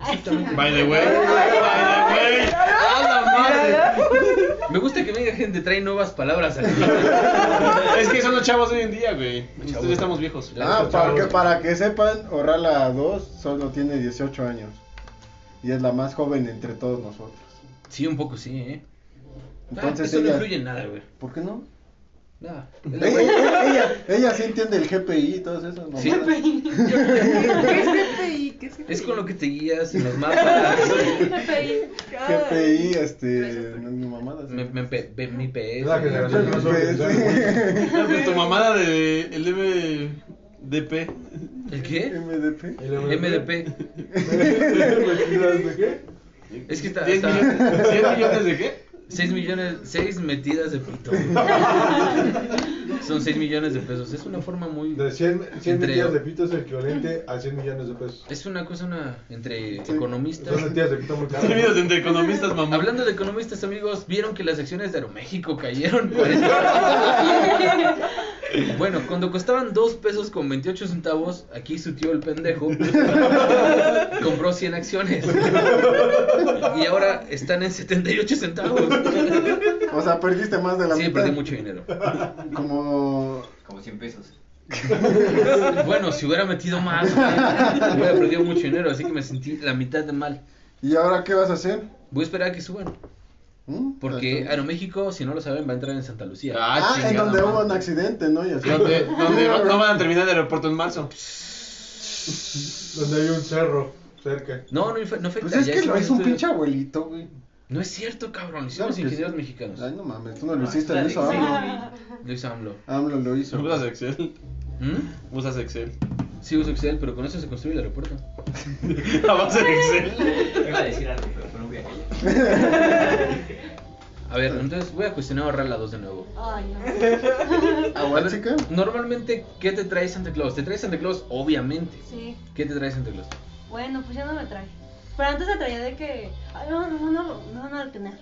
Speaker 7: Ay,
Speaker 2: Exactamente.
Speaker 4: By the way.
Speaker 7: <laughs>
Speaker 4: By the way.
Speaker 2: ¡A la madre! Me gusta que venga gente, trae nuevas palabras aquí.
Speaker 4: Es que son los chavos hoy en día, güey. Nosotros
Speaker 2: Chavos.
Speaker 4: ya estamos viejos.
Speaker 2: La-
Speaker 3: Ah, para
Speaker 1: chavos.
Speaker 3: que, para que sepan, Orrala 2 solo tiene 18 años. Y es la más joven entre todos nosotros.
Speaker 2: Sí, un poco sí, ¿eh? Ah,
Speaker 3: Entonces
Speaker 2: eso no
Speaker 3: ella.
Speaker 2: influye en nada, güey.
Speaker 3: ¿Por qué no? <laughs>
Speaker 2: Nada.
Speaker 3: Ella, ella, ella- ella sí entiende el GPI y todo eso. ¿no?
Speaker 2: Sí.
Speaker 8: ¿Qué es GPI? ¿Qué es
Speaker 2: Es con lo que te guías en los
Speaker 3: <laughs>
Speaker 2: mapas.
Speaker 3: GPI, este. No, no, mamadas.
Speaker 2: me, me, pe- ve- mi PS.
Speaker 1: Es la generación que no sabe
Speaker 3: Pues,
Speaker 1: utilizar, güey.
Speaker 3: <laughs>
Speaker 4: No, pero tu mamada de el MDP.
Speaker 2: ¿El qué?
Speaker 3: MDP.
Speaker 1: El
Speaker 2: MDP.
Speaker 1: ¿Metidas <laughs> de qué?
Speaker 2: Es que está.
Speaker 4: 10
Speaker 2: está-
Speaker 4: millones, 100 millones de qué?
Speaker 2: 6 millones, 6 metidas de pito. Son 6 millones de pesos. Es una forma muy.
Speaker 1: De 100, 100
Speaker 2: Entre-
Speaker 1: millas de pito es equivalente a 100 millones de pesos.
Speaker 2: Es una cosa una entre
Speaker 1: Son
Speaker 2: economistas.
Speaker 1: metidas de pito muy caras.
Speaker 4: Términos entre economistas, mamá.
Speaker 2: Hablando de economistas, amigos, vieron que las acciones de Aeroméxico
Speaker 4: <laughs>
Speaker 2: cayeron. Pues, bueno, cuando costaban 2 pesos con 28 centavos, aquí su tío el pendejo compró 100 acciones. y ahora están en 78 centavos.
Speaker 3: O sea, perdiste más de la
Speaker 2: Sí,
Speaker 3: mitad.
Speaker 2: perdí mucho dinero.
Speaker 3: <laughs> Como.
Speaker 5: Como 100 pesos.
Speaker 2: Bueno, si hubiera metido más, güey, hubiera perdido mucho dinero, así que me sentí la mitad de mal.
Speaker 3: ¿Y ahora qué vas a hacer?
Speaker 2: Voy a esperar a que suban,
Speaker 3: ¿Mm?
Speaker 2: porque
Speaker 3: Entonces-
Speaker 2: Aeroméxico, si no lo saben, va a entrar en Santa Lucía.
Speaker 3: Ah, en
Speaker 4: chingada
Speaker 3: donde
Speaker 4: madre.
Speaker 3: hubo un accidente, ¿no? Y así.
Speaker 4: Donde, donde va- no van a terminar el aeropuerto en marzo.
Speaker 1: Donde hay un cerro cerca.
Speaker 2: No, no, infe- no afecta.
Speaker 3: <laughs> Pues es
Speaker 2: ya
Speaker 3: que
Speaker 2: hicimos
Speaker 3: lo hizo un
Speaker 2: estudio.
Speaker 3: pinche abuelito, güey.
Speaker 2: No es cierto, cabrón, lo
Speaker 3: Claro
Speaker 2: hicimos
Speaker 3: que
Speaker 2: ingenieros
Speaker 3: sí.
Speaker 2: mexicanos. Ah,
Speaker 3: Ay, no mames, tú no lo hiciste, lo hizo
Speaker 5: Sí.
Speaker 3: AMLO.
Speaker 2: Lo hizo AMLO.
Speaker 3: AMLO lo hizo.
Speaker 4: Usas Excel.
Speaker 2: ¿Mm?
Speaker 4: Usas Excel. <laughs>
Speaker 2: Sí, uso Excel, pero con eso se construye el aeropuerto.
Speaker 4: A base de Excel.
Speaker 7: <laughs>
Speaker 5: Iba a decir algo, pero fue
Speaker 2: <laughs>
Speaker 5: un viaje.
Speaker 2: A ver, entonces voy a cuestionar ahorrar la 2 de nuevo.
Speaker 7: Ay,
Speaker 3: ¿A
Speaker 7: no.
Speaker 2: A
Speaker 3: White
Speaker 2: ver,
Speaker 3: Chicken?
Speaker 2: Normalmente, ¿qué te trae Santa Claus? Te trae Santa Claus, obviamente.
Speaker 7: Sí.
Speaker 2: ¿Qué te trae Santa Claus?
Speaker 7: Bueno, pues ya no me trae. Pero antes me traía de que. Ay, no, no, no, no, no, tener.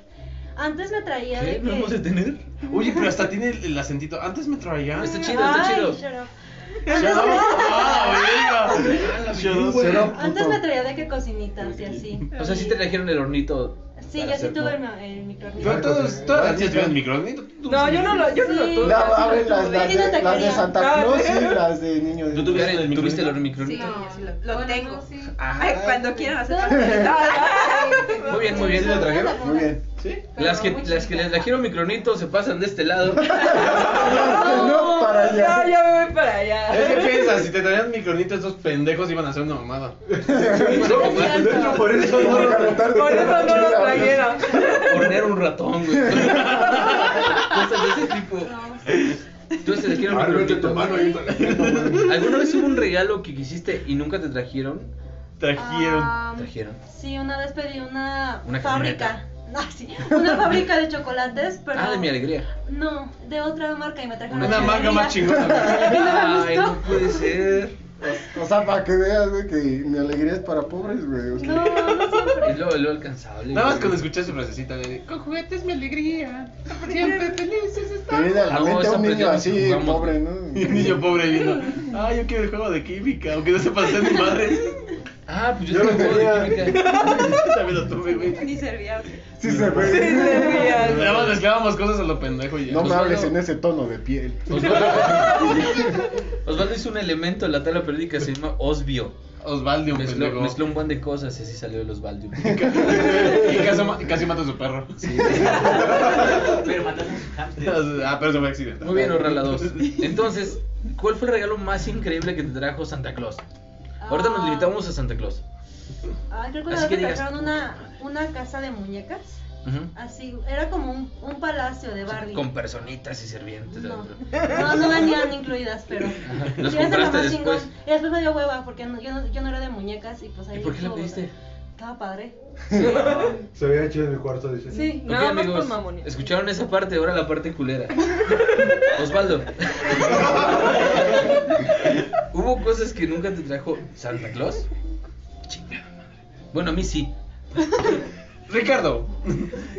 Speaker 7: Antes me traía
Speaker 2: ¿Qué?
Speaker 7: de
Speaker 2: ¿No
Speaker 7: que.
Speaker 2: vamos a tener?
Speaker 4: Oye, pero hasta tiene el, el acentito. Antes me traía.
Speaker 2: Está chido, está
Speaker 7: Ay,
Speaker 2: chido.
Speaker 7: shut up.
Speaker 4: ¡Ah, verga!
Speaker 3: Pero-
Speaker 7: Antes
Speaker 3: Puto.
Speaker 7: me traía de que cocinitas y así.
Speaker 2: O sea, sí te trajeron el hornito.
Speaker 7: Sí,
Speaker 2: para
Speaker 7: yo sí
Speaker 2: hacer, ¿no?
Speaker 7: tuve eh, el, ma- el microornito.
Speaker 4: Pero todas todas las tías tienen micrófono.
Speaker 8: No, yo no lo, yo no lo
Speaker 7: Sí.
Speaker 8: tuve.
Speaker 3: La-
Speaker 8: así
Speaker 3: a
Speaker 8: lo
Speaker 3: ver, las,
Speaker 8: tuve.
Speaker 3: las
Speaker 7: Sí, no
Speaker 3: de,
Speaker 7: te
Speaker 3: las de
Speaker 7: quería.
Speaker 3: Santa Claus
Speaker 8: Ah, sí.
Speaker 3: y las de niño de...
Speaker 4: ¿Tú tuviste
Speaker 2: Karen,
Speaker 4: el micrófono?
Speaker 2: ¿Tuviste el microornito?
Speaker 7: Sí.
Speaker 8: Lo
Speaker 7: Bueno,
Speaker 8: tengo.
Speaker 7: no, sí.
Speaker 8: Ay, cuando quieran hacer
Speaker 7: Todas- <laughs>
Speaker 2: <laughs> Muy bien, muy bien.
Speaker 7: Todas las apuntas.
Speaker 3: Muy bien.
Speaker 4: ¿Sí?
Speaker 2: Las que, las que les trajeron micronito se pasan de este
Speaker 7: <laughs>
Speaker 2: lado.
Speaker 3: No, <laughs> no, para allá.
Speaker 8: No,
Speaker 3: <laughs>
Speaker 8: ya me voy para allá.
Speaker 4: Es que piensas, si te traían micronito, estos pendejos iban a hacer una mamada.
Speaker 1: De hecho, por eso no lo
Speaker 3: Tarde,
Speaker 8: Por
Speaker 3: <laughs>
Speaker 8: eso no lo
Speaker 3: chingada.
Speaker 8: trajeron.
Speaker 2: Hornear un ratón, güey. Cosas de ese tipo. Tú se les trajeron
Speaker 1: Ah, vete tu
Speaker 2: micronito.
Speaker 1: mano ahí.
Speaker 2: ¿Alguna vez hubo un regalo que quisiste y nunca te trajeron?
Speaker 4: Trajeron.
Speaker 7: Ah,
Speaker 2: Trajeron.
Speaker 7: Sí, una vez pedí una,
Speaker 2: Una
Speaker 7: <laughs> fábrica. No, sí, una fábrica
Speaker 2: <laughs>
Speaker 7: de chocolates, pero.
Speaker 2: Ah, de mi
Speaker 7: <laughs>
Speaker 2: alegría.
Speaker 7: No, de otra marca y me trajeron
Speaker 4: Una manga más chingona.
Speaker 2: Ay, no puede ser.
Speaker 3: O sea, para que veas, güey, que mi alegría es para pobres, güey. o sea.
Speaker 7: No, <laughs> no siempre.
Speaker 2: <laughs> Es lo, lo alcanzable.
Speaker 4: Nada más
Speaker 2: güey.
Speaker 4: cuando escuché su frasecita de con juguetes mi alegría.
Speaker 3: Te viene a la
Speaker 2: No,
Speaker 3: mente
Speaker 2: esa
Speaker 3: un niño
Speaker 2: aprendemos y
Speaker 3: así,
Speaker 2: jugamos.
Speaker 3: pobre, <laughs> ¿no?
Speaker 4: Y el niño pobre vino. Ah, yo quiero el juego de química, aunque no sepa hacer ni madres.
Speaker 2: Ah, pues yo,
Speaker 1: Yo
Speaker 2: tengo
Speaker 1: lo
Speaker 2: un juego de
Speaker 1: tenía.
Speaker 2: química.
Speaker 4: <laughs> También lo tuve, güey.
Speaker 8: Ni servía.
Speaker 3: Sí se
Speaker 8: Sí,
Speaker 3: ve.
Speaker 8: servía.
Speaker 4: Nada más mezclábamos cosas a lo pendejo y ya.
Speaker 3: Pues No Pues me hables
Speaker 2: Osvaldo.
Speaker 3: en ese tono de piel.
Speaker 2: Osvaldo- Osvaldo hizo un elemento en la tabla periódica se llama Osbio.
Speaker 4: Osvaldo, un
Speaker 2: Mezcló,
Speaker 4: pendejo.
Speaker 2: mezcló un buen de cosas y así salió el Osvaldo.
Speaker 4: Y casi, ma- casi mata a su perro.
Speaker 5: Pero mataste a su hamster.
Speaker 4: <laughs> Ah, pero eso fue accidental.
Speaker 2: Muy bien, Orrala
Speaker 4: <laughs>
Speaker 2: 2. Entonces, ¿cuál fue el regalo más increíble que te trajo Santa Claus? Ahorita nos
Speaker 7: Ah.
Speaker 2: limitamos a Santa Claus.
Speaker 7: Ah, creo que
Speaker 2: Así
Speaker 7: una vez
Speaker 2: que
Speaker 7: me
Speaker 2: digas,
Speaker 7: trajeron una, una casa de muñecas.
Speaker 2: Ujú.
Speaker 7: Así, era como un, un palacio Ah, de Barbie.
Speaker 2: Con personitas y servientes
Speaker 7: No.
Speaker 2: adentro.
Speaker 7: no, no venían incluidas, pero.
Speaker 2: Los
Speaker 7: Sí, ese era
Speaker 2: compraste
Speaker 7: más
Speaker 2: después.
Speaker 7: chingón. Y después me dio hueva porque no- yo, no, yo no era de muñecas y pues ahí.
Speaker 2: ¿Y por qué la
Speaker 7: estuvo-
Speaker 2: pediste?
Speaker 7: Estaba padre.
Speaker 1: Se veía chido en mi cuarto, dice.
Speaker 8: Sí,
Speaker 2: Ok,
Speaker 8: nada más
Speaker 2: amigos,
Speaker 8: por mamonía.
Speaker 2: escucharon esa parte, ahora la parte
Speaker 7: <laughs>
Speaker 2: culera. Osvaldo. <laughs> ¿Hubo cosas que nunca te trajo Santa Claus? Chingada madre. Bueno, a mí sí.
Speaker 4: Ricardo,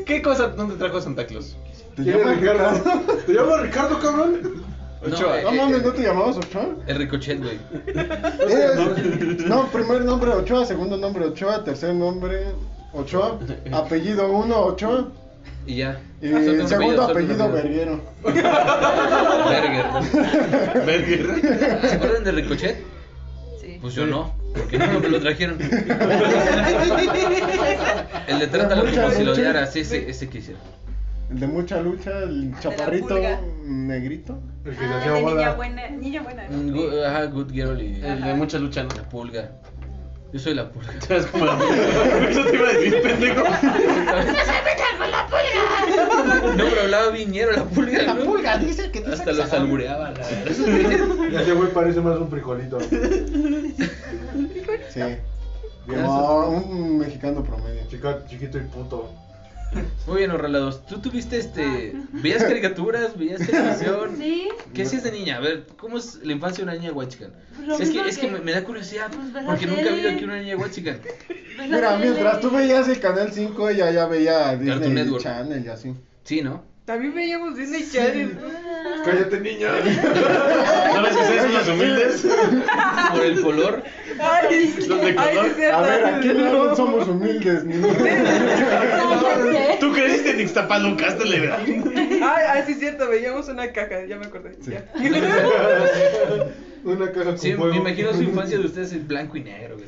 Speaker 4: ¿qué cosa no te trajo Santa Claus?
Speaker 3: ¿Te
Speaker 1: ¿Quién es
Speaker 3: llamas Ricardo? <laughs>
Speaker 1: Ricardo? ¿Te llamas Ricardo, cabrón?
Speaker 2: No,
Speaker 4: Ochoa.
Speaker 2: eh,
Speaker 3: No mames, ¿no te llamabas Ochoa?
Speaker 2: El ricochet, güey.
Speaker 3: Eres- No, primer nombre Ochoa, segundo nombre Ochoa, tercer nombre <laughs> Ochoa, apellido uno Ochoa
Speaker 2: Y ya.
Speaker 3: y
Speaker 2: Ah, Son tus apellidos,
Speaker 3: Eh, segundo
Speaker 2: son tus
Speaker 3: apellido
Speaker 2: apellidos.
Speaker 3: Verguero.
Speaker 2: Berger.
Speaker 4: Berger.
Speaker 2: ¿Se acuerdan de ricochet?
Speaker 8: Sí.
Speaker 2: Pues yo no, porque no me lo trajeron. El de trata
Speaker 3: Mucha
Speaker 2: lo como si lo
Speaker 3: leche.
Speaker 2: odiara, sí, ese, ese quisiera.
Speaker 3: El de mucha lucha, el chaparrito
Speaker 8: pulga.
Speaker 3: negrito.
Speaker 1: El que se
Speaker 8: Ah,
Speaker 1: hacía
Speaker 8: de niña
Speaker 1: bola. <laughs>
Speaker 8: buena. Niña buena. ¿no?
Speaker 2: Mm, gu- Ajá, Good Girl y
Speaker 4: El de mucha lucha, ¿no?
Speaker 2: la pulga. Yo soy la pulga.
Speaker 4: Es como la- Eso te iba a decir, pendejo.
Speaker 2: No, pero hablaba viñero la pulga. La pulga dice que Hasta los albureaba. la verdad.
Speaker 1: Y ese güey parece más un
Speaker 8: <laughs>
Speaker 1: frijolito.
Speaker 3: Sí. Como un mexicano promedio.
Speaker 1: Chica- chiquito y puto.
Speaker 2: Muy bien, Orralados. ¿Tú tuviste este. ¿Veías caricaturas? ¿Veías televisión?
Speaker 7: Sí.
Speaker 2: ¿Qué hacías de niña? A ver, ¿cómo es la infancia de una niña huachican?
Speaker 7: Pues Lo
Speaker 2: Es que,
Speaker 7: mismo
Speaker 2: es que
Speaker 7: que-
Speaker 2: me, me da curiosidad,
Speaker 7: Pues ver la
Speaker 2: porque nunca he habido
Speaker 7: tele.
Speaker 2: aquí una niña huachican.
Speaker 7: Ves Pues, la
Speaker 3: Mira,
Speaker 7: tele.
Speaker 3: mientras tú veías el canal 5, ella ya veía
Speaker 2: Cartoon
Speaker 3: Disney
Speaker 2: Network.
Speaker 3: Channel y así.
Speaker 2: Sí,
Speaker 7: <laughs>
Speaker 2: ¿no?
Speaker 6: También veíamos Disney Channel.
Speaker 7: Ah,
Speaker 1: Cállate, niña. <laughs>
Speaker 4: ¿No ves que sean los humildes?
Speaker 2: Por el color.
Speaker 6: Ay,
Speaker 4: Los de
Speaker 6: ay,
Speaker 4: color.
Speaker 6: sí, es cierto.
Speaker 3: A ver, aquí
Speaker 8: <laughs>
Speaker 3: no somos humildes, ni
Speaker 7: no sé.
Speaker 4: Tú creciste en Ixtapalucas, te le verás.
Speaker 6: Ay, ay, sí, es cierto. Veíamos una caja. Ya me acordé. ya. <laughs>
Speaker 1: Una caja con
Speaker 2: Sí,
Speaker 1: fuego.
Speaker 2: me imagino su infancia de ustedes en blanco y negro. güey.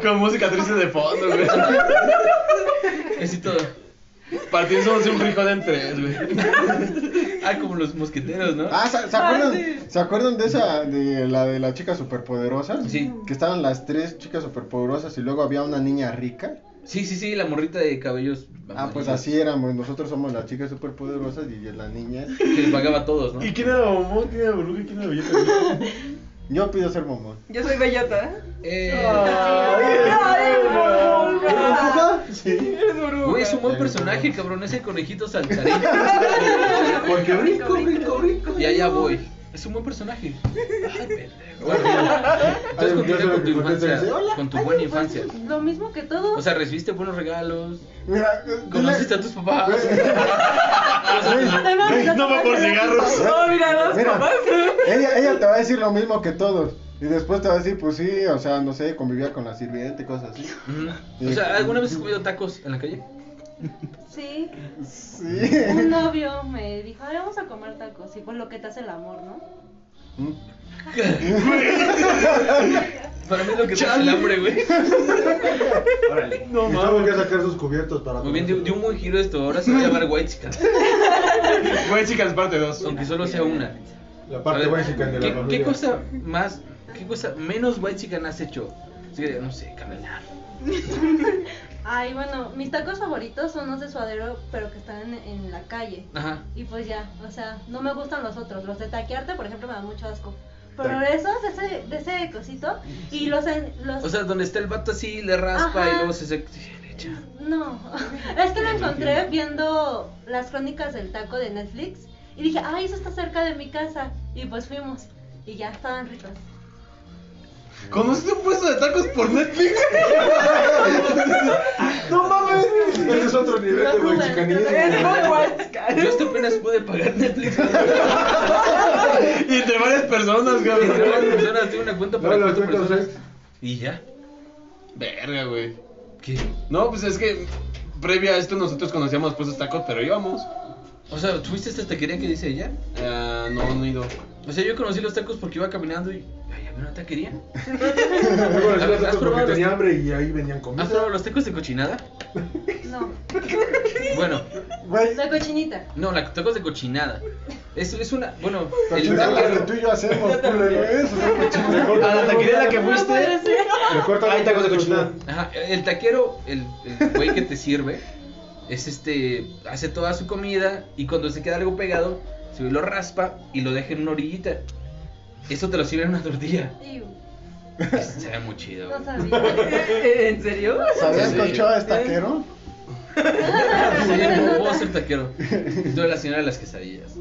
Speaker 4: Con música triste de fondo, güey.
Speaker 2: Así todo.
Speaker 4: Partiéndonos un frijol en tres, güey.
Speaker 2: Ah, como los mosqueteros, ¿no?
Speaker 3: Ah, ¿se, se acuerdan, ¿se acuerdan de esa, de la de la chica superpoderosa?
Speaker 2: Sí.
Speaker 3: Que estaban las tres chicas superpoderosas y luego había una niña rica.
Speaker 2: Sí, sí, sí, la morrita de cabellos.
Speaker 3: Ah, pues
Speaker 2: amarillos,
Speaker 3: así éramos. Nosotros somos las chicas superpoderosas y las niñas.
Speaker 2: Que les pagaba a todos, ¿no?
Speaker 4: ¿Y quién era Bombón? ¿Quién era Bruja? ¿Quién era Belleta?
Speaker 3: Yo pido ser momón.
Speaker 6: Yo soy bellota.
Speaker 7: Ah.
Speaker 2: Eh,
Speaker 6: Ay, por favor.
Speaker 3: Sí.
Speaker 6: Eres oruga.
Speaker 2: güey, es un buen personaje, cabrón. Ese conejito saltarín.
Speaker 1: Porque rico, rico, rico.
Speaker 2: Y allá voy. Es un buen personaje. Ay, pendejo. Bueno, entonces continúa con tu infancia. Con tu
Speaker 7: Ay,
Speaker 2: buena
Speaker 7: pues,
Speaker 2: infancia.
Speaker 7: Lo mismo que todo.
Speaker 2: O sea, recibiste buenos regalos.
Speaker 3: Mira, eh,
Speaker 2: Conociste a
Speaker 3: dile-
Speaker 2: tus papás.
Speaker 1: <laughs>
Speaker 7: Ahí va, ya
Speaker 4: Ah, No va por
Speaker 7: te-
Speaker 4: cigarros.
Speaker 6: No, mira, los
Speaker 3: Mira.
Speaker 6: papás.
Speaker 3: Ella, ella te va a decir lo mismo que todos. Y después te va a decir, pues sí, o sea, no sé, convivía con la sirviente y cosas así.
Speaker 2: Ujú. O sea, ¿alguna vez has comido tacos en la calle?
Speaker 7: Sí.
Speaker 3: Sí.
Speaker 7: Un novio me dijo, ay, vamos a comer tacos. Y pues lo que te hace el amor, ¿no?
Speaker 2: Para mí es lo que te hace el hambre, güey.
Speaker 5: Órale.
Speaker 1: No mames. Tengo que sacar sus cubiertos para.
Speaker 2: Muy bien, dio, dio un buen giro esto. Ahora se va a llamar White Chicken,
Speaker 4: Güey, chicas, parte dos.
Speaker 2: Aunque solo sea una.
Speaker 1: La
Speaker 2: A
Speaker 1: parte
Speaker 2: ver,
Speaker 1: básica de la
Speaker 2: ¿qué,
Speaker 1: familia.
Speaker 2: ¿Qué cosa más, qué cosa menos white chican has hecho? Así que, no sé, caminar.
Speaker 7: Ay, bueno, mis tacos favoritos son los de suadero, pero que están en, en la calle.
Speaker 2: Ajá.
Speaker 7: Y pues ya, o sea, no me gustan los otros. Los de taquearte, por ejemplo, me dan mucho asco. Pero esos, de ese, de ese cosito, y los... en- los
Speaker 2: O sea, donde está el vato así, le raspa
Speaker 7: Ajá.
Speaker 2: y luego se sec- le echa.
Speaker 7: No, <laughs> es que lo encontré viendo las crónicas del taco de Netflix y dije, ay, eso está cerca de mi casa. Y pues fuimos y ya estaban ricos.
Speaker 4: ¿Conociste un puesto de tacos por Netflix? <laughs>
Speaker 1: No mames. Ese es otro nivel
Speaker 7: Eh, No,
Speaker 1: de
Speaker 7: Rubén,
Speaker 1: güey
Speaker 6: Es
Speaker 1: chicanismo.
Speaker 6: muy guay.
Speaker 2: Yo hasta apenas pude pagar Netflix.
Speaker 4: Y entre varias personas,
Speaker 1: <laughs>
Speaker 2: Entre varias
Speaker 4: güey.
Speaker 2: personas tengo una cuenta para
Speaker 1: No, la
Speaker 2: cuatro
Speaker 1: cuenta
Speaker 2: personas.
Speaker 1: es-
Speaker 2: Y ya.
Speaker 4: Verga, güey.
Speaker 2: ¿Qué?
Speaker 4: No, pues es que previa a esto nosotros conocíamos puestos de tacos, pero íbamos.
Speaker 2: O sea, ¿tuviste esta taquería que dice ella?
Speaker 4: Ah, no, no he ido.
Speaker 2: O sea, yo conocí los tacos porque iba caminando y. Ay, a ver, ¿En una taquería?
Speaker 1: Luego les
Speaker 2: A ver,
Speaker 1: digo
Speaker 2: ¿has
Speaker 1: porque
Speaker 2: probado
Speaker 1: tenía
Speaker 2: los-
Speaker 1: hambre y ahí venían comida.
Speaker 2: ¿Has probado los tacos de cochinada?
Speaker 7: No,
Speaker 2: <laughs> Bueno,
Speaker 3: Güey,
Speaker 7: la cochinita.
Speaker 2: no, la tacos de cochinada. Es, es una, bueno, el
Speaker 3: cochinada que
Speaker 2: taquero.
Speaker 3: tú y yo
Speaker 2: <laughs>
Speaker 3: hacemos, culero,
Speaker 1: ¿eh?
Speaker 3: eso es una cochinada.
Speaker 2: Ah,
Speaker 4: A la taquería a
Speaker 1: <laughs>
Speaker 4: la que fuiste.
Speaker 1: Le cortan
Speaker 4: Hay tacos de cochinada.
Speaker 2: Ajá, el taquero, el el güey que te sirve, es este, hace toda su comida y cuando se queda algo pegado, se lo raspa y lo deja en una orillita. Eso te lo sirve en una tortilla.
Speaker 7: <laughs> Iu,
Speaker 2: Se ve muy chido.
Speaker 7: No
Speaker 2: güey.
Speaker 7: sabía.
Speaker 2: <laughs>
Speaker 6: ¿En serio?
Speaker 3: ¿Sabías
Speaker 2: Sí.
Speaker 3: que Ochoa es taquero?
Speaker 2: <laughs> Sí, no puedo ser taquero. Yo la señora de las quesadillas.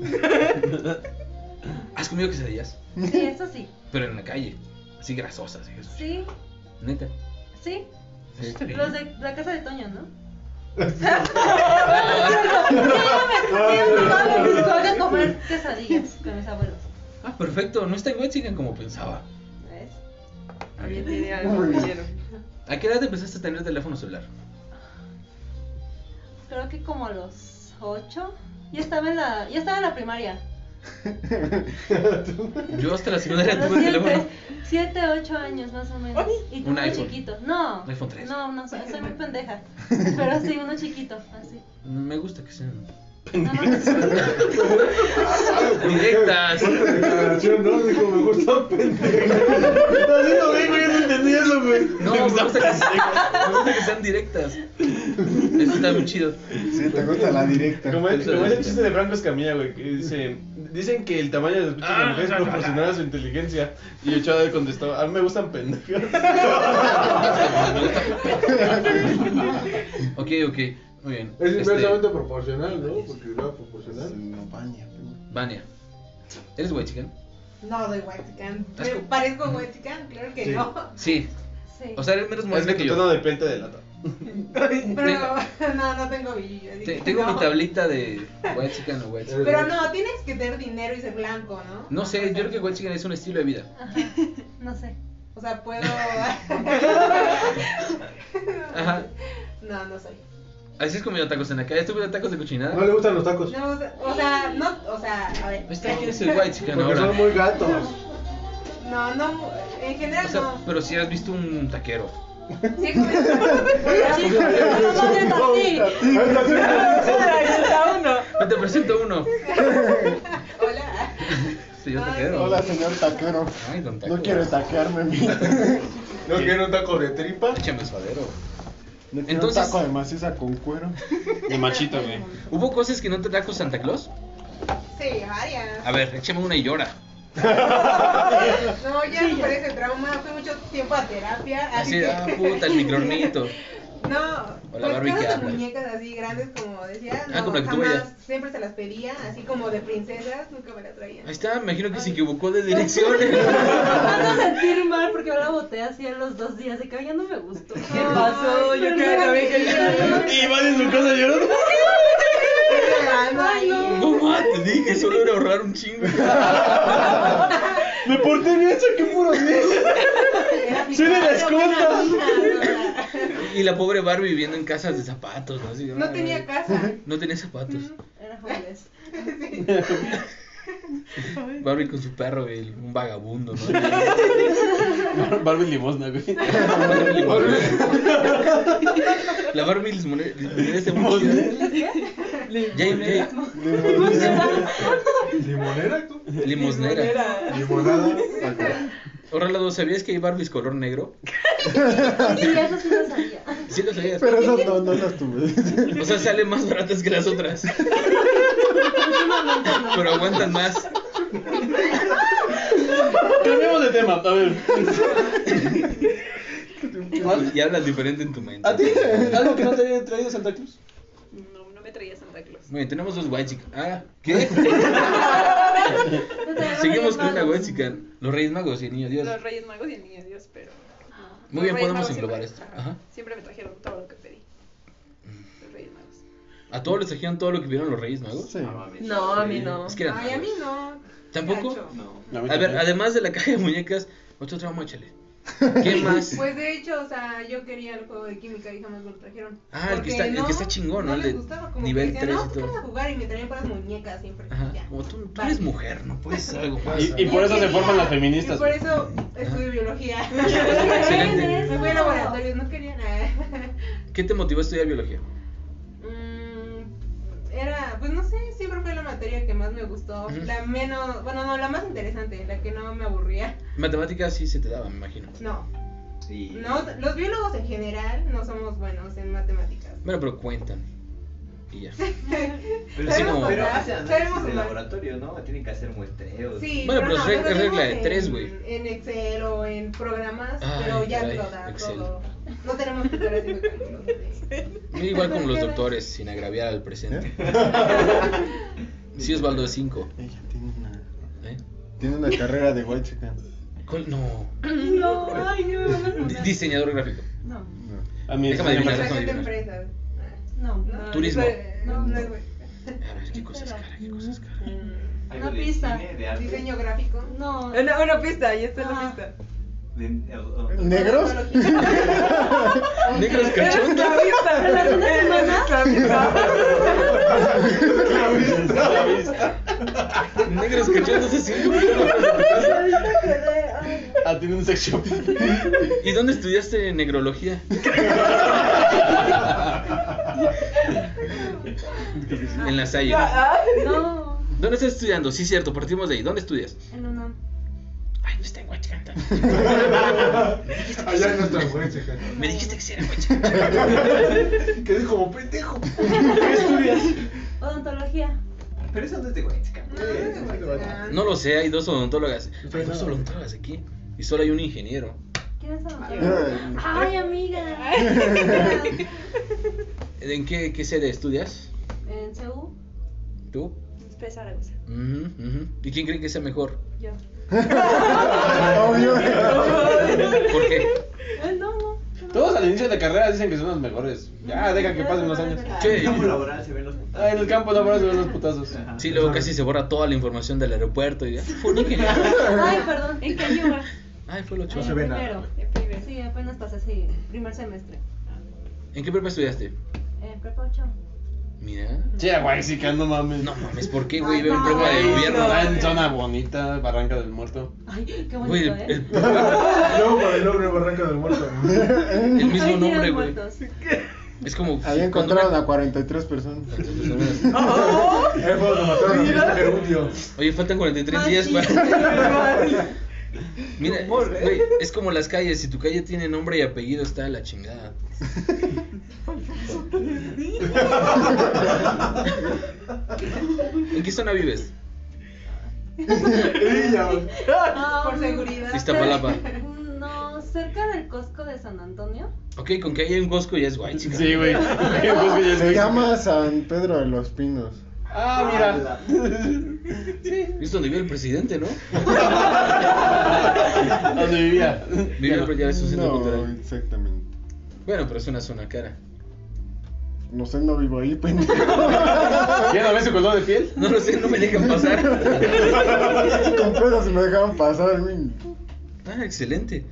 Speaker 2: ¿Has comido quesadillas?
Speaker 7: Sí, eso sí.
Speaker 2: Pero en la calle. Así grasosas. y eso.
Speaker 7: Sí,
Speaker 2: Neta.
Speaker 7: sí.
Speaker 2: Eso está bien.
Speaker 7: Los de la casa de Toño, ¿no? Yo de comer quesadillas con mis abuelos.
Speaker 2: Ah, perfecto. No está en Wetzigan como pensaba.
Speaker 7: ¿Ves?
Speaker 6: Alguien tiene algo
Speaker 3: Uy.
Speaker 6: quiero.
Speaker 2: ¿A qué edad empezaste a tener teléfono celular?
Speaker 7: Creo que como a los 8. Ya estaba en la, ya estaba en la primaria.
Speaker 2: Yo hasta la
Speaker 7: A
Speaker 2: secundaria
Speaker 7: los
Speaker 2: tuve teléfono.
Speaker 7: 7, 7, 8 años más o menos. Y
Speaker 2: Un
Speaker 7: uno
Speaker 2: iPhone.
Speaker 7: chiquito. No.
Speaker 2: Un iPhone 3.
Speaker 7: No, no, soy, soy muy pendeja. Pero sí, uno chiquito, así.
Speaker 2: Me gusta que <laughs> sean
Speaker 7: No, no,
Speaker 2: directas.
Speaker 1: Fuerte declaración, ¿no? Dijo, me
Speaker 7: <laughs>
Speaker 1: gusta pendejo.
Speaker 4: Así lo digo, yo no entendí eso, güey.
Speaker 2: No, me gusta que sean, me gusta que sean directas. Eso está muy chido.
Speaker 3: Sí, te gusta la directa.
Speaker 4: Como es, como es el chiste de Franco Escamilla, güey, que dice, dicen que el tamaño de los pechos de la mujer es proporcional a su inteligencia. Y Ochoa le contestó, a mí me gustan <laughs> pendejas.
Speaker 2: Ok, ok. Muy bien.
Speaker 1: Es
Speaker 2: Este,
Speaker 1: inversamente proporcional, ¿no? Porque era proporcional.
Speaker 3: No baña, pero-
Speaker 2: Vania. ¿Eres Wetzigan?
Speaker 8: No, doy Huaytican.
Speaker 2: Has
Speaker 8: Me
Speaker 2: co-
Speaker 8: parezco Huaytican, claro que
Speaker 4: Sí.
Speaker 8: no.
Speaker 2: Sí.
Speaker 7: sí.
Speaker 2: O sea, eres menos
Speaker 4: Es
Speaker 2: morena
Speaker 4: que
Speaker 2: que
Speaker 4: tu
Speaker 2: yo.
Speaker 4: tono de piel te delata.
Speaker 8: Pero <laughs> no, no tengo billete.
Speaker 2: Te-
Speaker 8: dije,
Speaker 2: tengo
Speaker 8: no.
Speaker 2: mi tablita de White Chicken o White Chicken.
Speaker 8: Pero no, tienes que tener dinero y ser blanco, ¿no?
Speaker 2: No sé, yo creo que White Chicken es un estilo de vida.
Speaker 7: Ajá, no sé.
Speaker 8: O sea, puedo.
Speaker 2: Ajá.
Speaker 8: no, no soy.
Speaker 2: Así es comido tacos en la calle. Estuve de tacos de cochinada.
Speaker 1: No le gustan los tacos.
Speaker 8: No, o sea- o sea, no, o sea, a ver.
Speaker 2: Pues Está quién es el White Chicken
Speaker 1: Porque son
Speaker 2: ahora.
Speaker 1: muy gatos. <laughs>
Speaker 8: No, no, en general
Speaker 2: O sea,
Speaker 8: no.
Speaker 2: pero si has visto un taquero.
Speaker 8: Sí he comido-
Speaker 7: No, no, no, no, sí.
Speaker 6: Ahí está uno.
Speaker 2: No te presento uno.
Speaker 8: Hola.
Speaker 2: <laughs> Sí, yo
Speaker 8: Ay,
Speaker 2: taquero.
Speaker 3: Hola, señor taquero.
Speaker 2: Ay, don taquero.
Speaker 3: No quiere
Speaker 4: <laughs>
Speaker 3: taquearme, mira.
Speaker 1: ¿No quieren un taco de tripa?
Speaker 2: Échame suadero.
Speaker 3: No quiere un
Speaker 2: Entonces-
Speaker 3: taco de maciza con cuero.
Speaker 4: De machito, güey.
Speaker 2: ¿Hubo cosas que no te trajo Santa Claus?
Speaker 8: Sí, varias.
Speaker 2: A ver, échame una y llora.
Speaker 8: No, ya por ese trauma fui mucho tiempo a terapia.
Speaker 2: Así,
Speaker 8: así que-
Speaker 2: ah, puta, el microornito.
Speaker 8: <laughs> No, pues,
Speaker 2: O la Barbie
Speaker 8: todas
Speaker 2: que
Speaker 8: las
Speaker 2: habla.
Speaker 8: muñecas así grandes como decía, no,
Speaker 2: Ah, como la que tú
Speaker 8: jamás,
Speaker 2: veías.
Speaker 8: siempre se las pedía, así como de princesas, nunca me las traían.
Speaker 2: Ahí está, me imagino que se equivocó de
Speaker 8: <laughs>
Speaker 2: direcciones.
Speaker 7: Me vas a sentir mal porque yo la boté así a los dos días de que "Ay, ya no me gustó. ¿Qué
Speaker 6: pasó? Yo creo que también quería-
Speaker 4: Y van en su casa llorando.
Speaker 8: Ay,
Speaker 2: <laughs>
Speaker 8: no.
Speaker 2: No ma, te dije, solo era ahorrar un chingo.
Speaker 4: Me porté bien, saqué puro 10. Soy de la escolta.
Speaker 2: Y la pobre Barbie viviendo en casas de zapatos, ¿no? Así,
Speaker 8: No
Speaker 2: ah,
Speaker 8: tenía
Speaker 2: güey.
Speaker 8: casa.
Speaker 2: No tenía zapatos.
Speaker 7: Era homeless.
Speaker 2: Barbie con su perro, güey, el- un vagabundo, ¿no?
Speaker 4: Barbie limosna, güey.
Speaker 2: la Barbie limonera limonera está muy chida. Ya hay- ya hay-
Speaker 1: ¿Limonera tú?
Speaker 2: Limosnera.
Speaker 1: ¿Limonada?
Speaker 2: Orlando, ¿sabías que hay Barbies color negro?
Speaker 7: Sí, eso sí lo sabía.
Speaker 2: Sí lo sabías.
Speaker 3: Pero esas no, no las <laughs> tuve.
Speaker 2: O sea, salen más baratas que las otras. Pero aguantan más.
Speaker 4: Cambiamos de tema, a ver.
Speaker 2: Y hablas diferente en tu mente.
Speaker 4: ¿A ti? ¿Algo que no te haya traído Santa Cruz?
Speaker 6: No, no me traía Santa Claus.
Speaker 2: Muy bien, tenemos dos white chicas. Ah, ¿qué? <laughs>
Speaker 7: No te-
Speaker 2: Seguimos con una
Speaker 7: Malos.
Speaker 2: white chica. Los Reyes Magos y el Niño Dios.
Speaker 6: Los Reyes Magos y el Niño Dios, pero. no.
Speaker 2: Muy bien,
Speaker 6: Los Reyes
Speaker 2: podemos
Speaker 6: Magos
Speaker 2: englobar
Speaker 6: siempre-
Speaker 2: esto. Ajá.
Speaker 6: Siempre me trajeron todo lo que pedí. Los Reyes Magos.
Speaker 2: ¿A todos les trajeron todo lo que vieron los Reyes Magos?
Speaker 3: Sí.
Speaker 6: No, a mí no.
Speaker 2: Es que eran
Speaker 8: Ay, a mí
Speaker 2: magos.
Speaker 8: no.
Speaker 2: ¿Tampoco?
Speaker 8: Gacho.
Speaker 4: A
Speaker 2: A ver, además de la caja de muñecas, otro trauma, échale. ¿Qué más?
Speaker 8: Pues de hecho, o sea, yo quería el juego de química y jamás me lo trajeron.
Speaker 2: Ah, el que
Speaker 8: Porque
Speaker 2: está- el que está chingón, ¿no?
Speaker 8: No
Speaker 2: El
Speaker 8: les
Speaker 2: de
Speaker 8: gustaba, como
Speaker 2: nivel
Speaker 8: que decían,
Speaker 2: tres y
Speaker 8: no, tú
Speaker 2: todo".
Speaker 8: vas a jugar y me traían para las muñecas siempre.
Speaker 2: Ajá.
Speaker 8: Ya.
Speaker 2: Como tú, tú
Speaker 8: Vale.
Speaker 2: eres mujer, no Pues, puedes ser algo más.
Speaker 4: Y, y por
Speaker 8: Yo
Speaker 4: eso se
Speaker 8: quería,
Speaker 4: forman las
Speaker 8: Y
Speaker 4: feministas.
Speaker 8: por eso estudio biología.
Speaker 2: <laughs> Excelente.
Speaker 8: Me fui a laboratorios, no quería nada.
Speaker 2: ¿Qué te motivó a estudiar biología?
Speaker 8: Mm, Era, pues no sé, siempre fue la materia que más me gustó.
Speaker 2: Ujú.
Speaker 8: La menos, bueno, no, la más interesante, la que no me aburría.
Speaker 2: Matemáticas sí se te daba, me imagino.
Speaker 8: No,
Speaker 5: Sí.
Speaker 8: no los biólogos en general no somos buenos en matemáticas.
Speaker 2: Bueno, pero cuentan. Y ya.
Speaker 5: Pero,
Speaker 2: Así
Speaker 5: sí,
Speaker 2: como-
Speaker 8: Sabemos hablar,
Speaker 5: pero hacen análisis
Speaker 8: sabemos
Speaker 5: de
Speaker 8: hablar.
Speaker 5: laboratorio, ¿no? Tienen que hacer muestreos.
Speaker 8: Sí,
Speaker 2: Bueno, pero
Speaker 8: no,
Speaker 2: es reg- es regla
Speaker 8: tenemos
Speaker 2: de tres,
Speaker 8: en-
Speaker 2: güey.
Speaker 8: En Excel o en programas,
Speaker 2: Ay,
Speaker 8: pero ya
Speaker 2: caray,
Speaker 8: lo da
Speaker 2: Excel.
Speaker 8: todo. No tenemos que estar haciendo cálculos. de-
Speaker 2: Igual como los doctores, sin agraviar al presente. Sí, Osvaldo es 5.
Speaker 3: Ella tiene una, tiene una carrera de white chicken.
Speaker 2: No.
Speaker 7: <clears throat> No, ay, no,
Speaker 2: Di- Diseñador gráfico.
Speaker 7: no.
Speaker 3: No.
Speaker 4: A mí
Speaker 2: Déjame
Speaker 4: eso me
Speaker 2: adivinar,
Speaker 4: parece-
Speaker 8: Representa
Speaker 2: adivinar.
Speaker 8: empresas.
Speaker 7: No, no.
Speaker 8: No,
Speaker 2: Turismo.
Speaker 8: No, no es güey.
Speaker 2: A ver, qué cosas cara, qué cosas cara.
Speaker 8: Mm,
Speaker 5: Algo
Speaker 7: Una
Speaker 5: de
Speaker 7: pista.
Speaker 5: cine, de arte.
Speaker 8: Diseño gráfico.
Speaker 7: No.
Speaker 6: Una, una pista, ya está la
Speaker 7: Ah.
Speaker 6: pista.
Speaker 5: de- o- o-
Speaker 3: ¿Negros?
Speaker 2: Negros
Speaker 6: Es
Speaker 2: cachondos.
Speaker 6: la pista.
Speaker 7: ¿Relaciones
Speaker 6: Es la pista.
Speaker 2: Negros cachondos es cinco. <laughs>
Speaker 4: Ah, tiene un sex shop.
Speaker 2: ¿Y dónde estudiaste negrología? En la Salle.
Speaker 7: No.
Speaker 2: ¿Dónde estás estudiando? Sí, cierto, partimos de ahí. ¿Dónde estudias?
Speaker 7: En una.
Speaker 2: Ay, no está en Huachicanta.
Speaker 1: <laughs> Allá en nuestra influencia, cara. <laughs>
Speaker 2: Me dijiste que sí era en Huachicanta.
Speaker 1: Quedé como pendejo.
Speaker 7: Odontología.
Speaker 5: Pero eso no es de Huaytzica.
Speaker 2: No lo sé, hay dos odontólogas. Hay
Speaker 1: Entonces,
Speaker 2: dos
Speaker 1: no.
Speaker 2: odontólogas aquí. Y solo hay un ingeniero.
Speaker 7: ¿Quién es odontólogo?
Speaker 3: Eh,
Speaker 7: Ay, amiga.
Speaker 2: ¿En qué, qué sede estudias?
Speaker 7: En CU,
Speaker 2: ¿Tú?
Speaker 7: Express Zaragoza.
Speaker 2: Ujú, ujú. ¿Y quién cree que sea mejor?
Speaker 7: Yo.
Speaker 3: Obvio.
Speaker 2: ¿Por qué?
Speaker 7: Eh, no, no.
Speaker 4: Todos al inicio de la carrera dicen que son los mejores. Ya, deja que pasen los años.
Speaker 2: Sí.
Speaker 5: En el campo laboral se ven los putazos.
Speaker 4: Ah, en el campo no se ven los putazos.
Speaker 2: Sí, luego casi se borra toda la información del aeropuerto y ya. Fue un ingeniero.
Speaker 7: Ay, perdón.
Speaker 6: ¿En qué año vas?
Speaker 2: Ay, fue el ocho.
Speaker 1: No se ve nada.
Speaker 7: Primero.
Speaker 6: En primer.
Speaker 7: Sí, apenas pasé, sí. Primer semestre.
Speaker 2: ¿En qué prepa estudiaste?
Speaker 7: Eh, prepa 8.
Speaker 2: Mira.
Speaker 4: Che, güey, sí que no mames.
Speaker 2: No mames, ¿por qué, güey?
Speaker 8: Ay,
Speaker 2: Veo un
Speaker 8: no,
Speaker 2: programa de
Speaker 8: güey,
Speaker 2: gobierno.
Speaker 4: Está en zona bonita, Barranca del Muerto.
Speaker 7: Ay, qué
Speaker 2: Güey,
Speaker 7: bonito,
Speaker 2: el,
Speaker 7: ¿eh?
Speaker 2: el-
Speaker 1: Luego para el hombre Barranca del <laughs> Muerto.
Speaker 2: el mismo
Speaker 7: Ay, Día
Speaker 2: nombre,
Speaker 7: de
Speaker 2: güey.
Speaker 7: Muertos.
Speaker 2: Es como.
Speaker 3: Ahí
Speaker 2: cuando
Speaker 3: encontraron
Speaker 2: una-
Speaker 3: a 43 personas.
Speaker 1: Es cuando mataron a Miguel <laughs> Gerundio.
Speaker 2: Oye, faltan 43 días
Speaker 7: Machista,
Speaker 2: para.
Speaker 7: qué mal.
Speaker 2: <laughs> Mira,
Speaker 1: eh.
Speaker 2: güey, es como las calles. Si tu calle tiene nombre y apellido, está de la
Speaker 1: <laughs>
Speaker 2: chingada. ¿En qué zona vives?
Speaker 7: Ah,
Speaker 8: Por seguridad.
Speaker 2: Iztapalapa.
Speaker 7: <laughs> No, cerca del Costco de San Antonio.
Speaker 2: Ok, con que haya un Costco ya es guay, chica.
Speaker 4: Sí,
Speaker 8: <laughs>
Speaker 4: pues güey.
Speaker 3: Se llama San Pedro de los Pinos.
Speaker 4: Ah, mira.
Speaker 5: <laughs>
Speaker 2: Es donde vive el presidente, ¿no?
Speaker 4: ¿Dónde vivía?
Speaker 2: Vive el ya es un centro
Speaker 3: No,
Speaker 2: cultural.
Speaker 3: exactamente.
Speaker 2: Bueno, pero es una zona cara.
Speaker 3: No sé, no vivo ahí, <laughs> pendejo.
Speaker 4: ¿Ya no ves su color de piel?
Speaker 2: No lo sé, no me dejan pasar.
Speaker 1: <laughs>
Speaker 3: Con pedos me dejaban pasar, güey.
Speaker 2: Ah, excelente.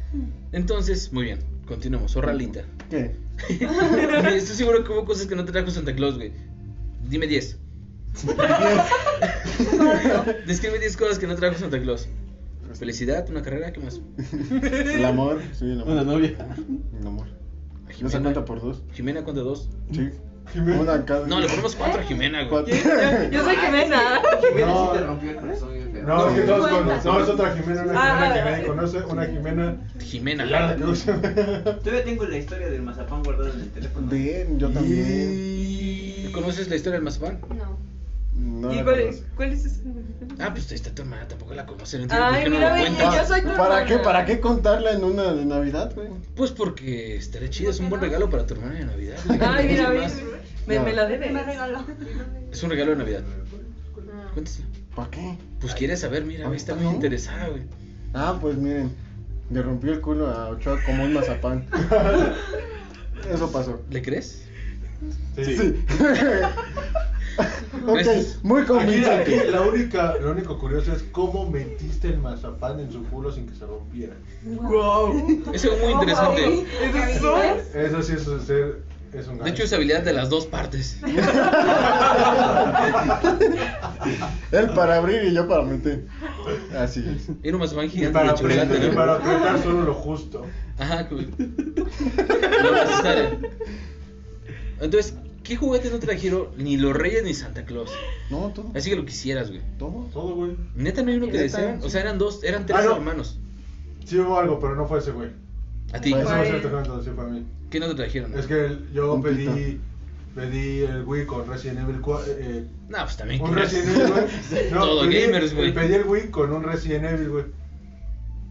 Speaker 2: Entonces, muy bien, continuamos. Orralita.
Speaker 3: ¿Qué?
Speaker 2: Estoy seguro que hubo cosas que no te trajo Santa Claus, güey. Dime
Speaker 6: <laughs>
Speaker 2: 10. Describe 10 cosas que no trajo Santa Claus. Felicidad, una carrera, ¿qué más?
Speaker 3: El amor, sí, el
Speaker 4: Una
Speaker 3: amor.
Speaker 4: novia.
Speaker 3: El amor. ¿No se cuenta por dos?
Speaker 2: Jimena cuenta dos.
Speaker 3: Sí. Una en cada.
Speaker 2: No, le ponemos cuatro a Jimena, güey.
Speaker 3: Cuatro.
Speaker 6: Yo soy Jimena.
Speaker 5: Jimena
Speaker 1: No.
Speaker 5: sí te rompió el corazón bien feo.
Speaker 1: No, es que todos
Speaker 7: Cuenta.
Speaker 1: conocen. No, es otra Jimena, una
Speaker 6: Ah,
Speaker 1: Jimena
Speaker 6: ah,
Speaker 1: que
Speaker 6: ah,
Speaker 1: nadie conoce, una Jimena.
Speaker 2: Jimena.
Speaker 1: Claro que usa. <laughs>
Speaker 5: Todavía tengo la historia del mazapán guardado en el teléfono.
Speaker 3: Bien, yo también.
Speaker 2: Y- ¿Conoces la historia del mazapán?
Speaker 7: No.
Speaker 3: No
Speaker 6: ¿Y
Speaker 3: la
Speaker 6: cuál es?
Speaker 3: conozco.
Speaker 6: ¿Cuál es ese?
Speaker 2: Ah, pues ahí está tu hermana, tampoco la conoce. No entiendo por
Speaker 6: Ay,
Speaker 2: qué no
Speaker 6: mira,
Speaker 2: la
Speaker 6: ve,
Speaker 2: cuenta.
Speaker 6: yo soy tu
Speaker 3: ¿Para
Speaker 6: hermana.
Speaker 3: qué? ¿Para qué contarla en una de Navidad, güey?
Speaker 2: Pues porque estaría chido, es un buen regalo para tu hermana de Navidad. güey.
Speaker 6: Ay, mira,
Speaker 2: Es
Speaker 6: ve. Me,
Speaker 3: No.
Speaker 6: me la debe.
Speaker 7: Me regaló.
Speaker 2: más, Es un regalo de Navidad. Cuéntaselo.
Speaker 3: ¿Para qué?
Speaker 2: Pues quieres saber, mira, güey, está muy
Speaker 3: Ajá.
Speaker 2: interesada, güey.
Speaker 3: Ah, pues miren. Le rompió el culo a Ochoa como un mazapán. <laughs> Eso pasó.
Speaker 4: <laughs>
Speaker 2: ¿Le crees?
Speaker 1: Sí.
Speaker 3: Sí. Ok,
Speaker 2: Gracias.
Speaker 3: muy
Speaker 1: Aquí, aquí
Speaker 3: convincente.
Speaker 1: la única, lo único curioso es cómo metiste el mazapán en su culo sin que se rompiera.
Speaker 6: ¡Wow!
Speaker 2: Es algo muy interesante.
Speaker 6: Eso es todo.
Speaker 1: Eso sí es un ser, es un
Speaker 2: De hecho, es habilidad de las dos partes.
Speaker 3: Él para abrir y yo para meter. Así es.
Speaker 2: Era un mazapán
Speaker 1: y
Speaker 2: gigante
Speaker 1: para,
Speaker 2: de chocolate,
Speaker 1: apretar, y
Speaker 2: ¿no?
Speaker 1: para apretar solo lo justo.
Speaker 2: Ajá, cool. Lo necesario. Entonces, ¿qué juguete no trajeron ni los Reyes ni Santa Claus?
Speaker 3: No, todo.
Speaker 2: Así que lo quisieras, güey.
Speaker 3: Todo.
Speaker 1: Todo, güey.
Speaker 2: Neta no hay uno que
Speaker 3: Neta,
Speaker 2: desearan. O sea, eran dos, eran tres
Speaker 1: Ah, no.
Speaker 2: hermanos.
Speaker 1: Sí hubo algo, pero no fue ese, güey.
Speaker 2: A ti,
Speaker 1: Ese
Speaker 3: Pues-
Speaker 1: va a ser tocando, sí fue a mí.
Speaker 2: ¿qué no te trajeron?
Speaker 1: Es que el- yo
Speaker 3: Un
Speaker 1: pedí
Speaker 3: pito.
Speaker 1: pedí el Wii con Resident Evil 4. Eh,
Speaker 2: No, pues también.
Speaker 1: un
Speaker 2: culeros.
Speaker 1: Resident Evil, güey. No,
Speaker 2: Todo
Speaker 1: pedí,
Speaker 2: gamers, güey.
Speaker 1: Pedí el Wii con un Resident Evil, güey.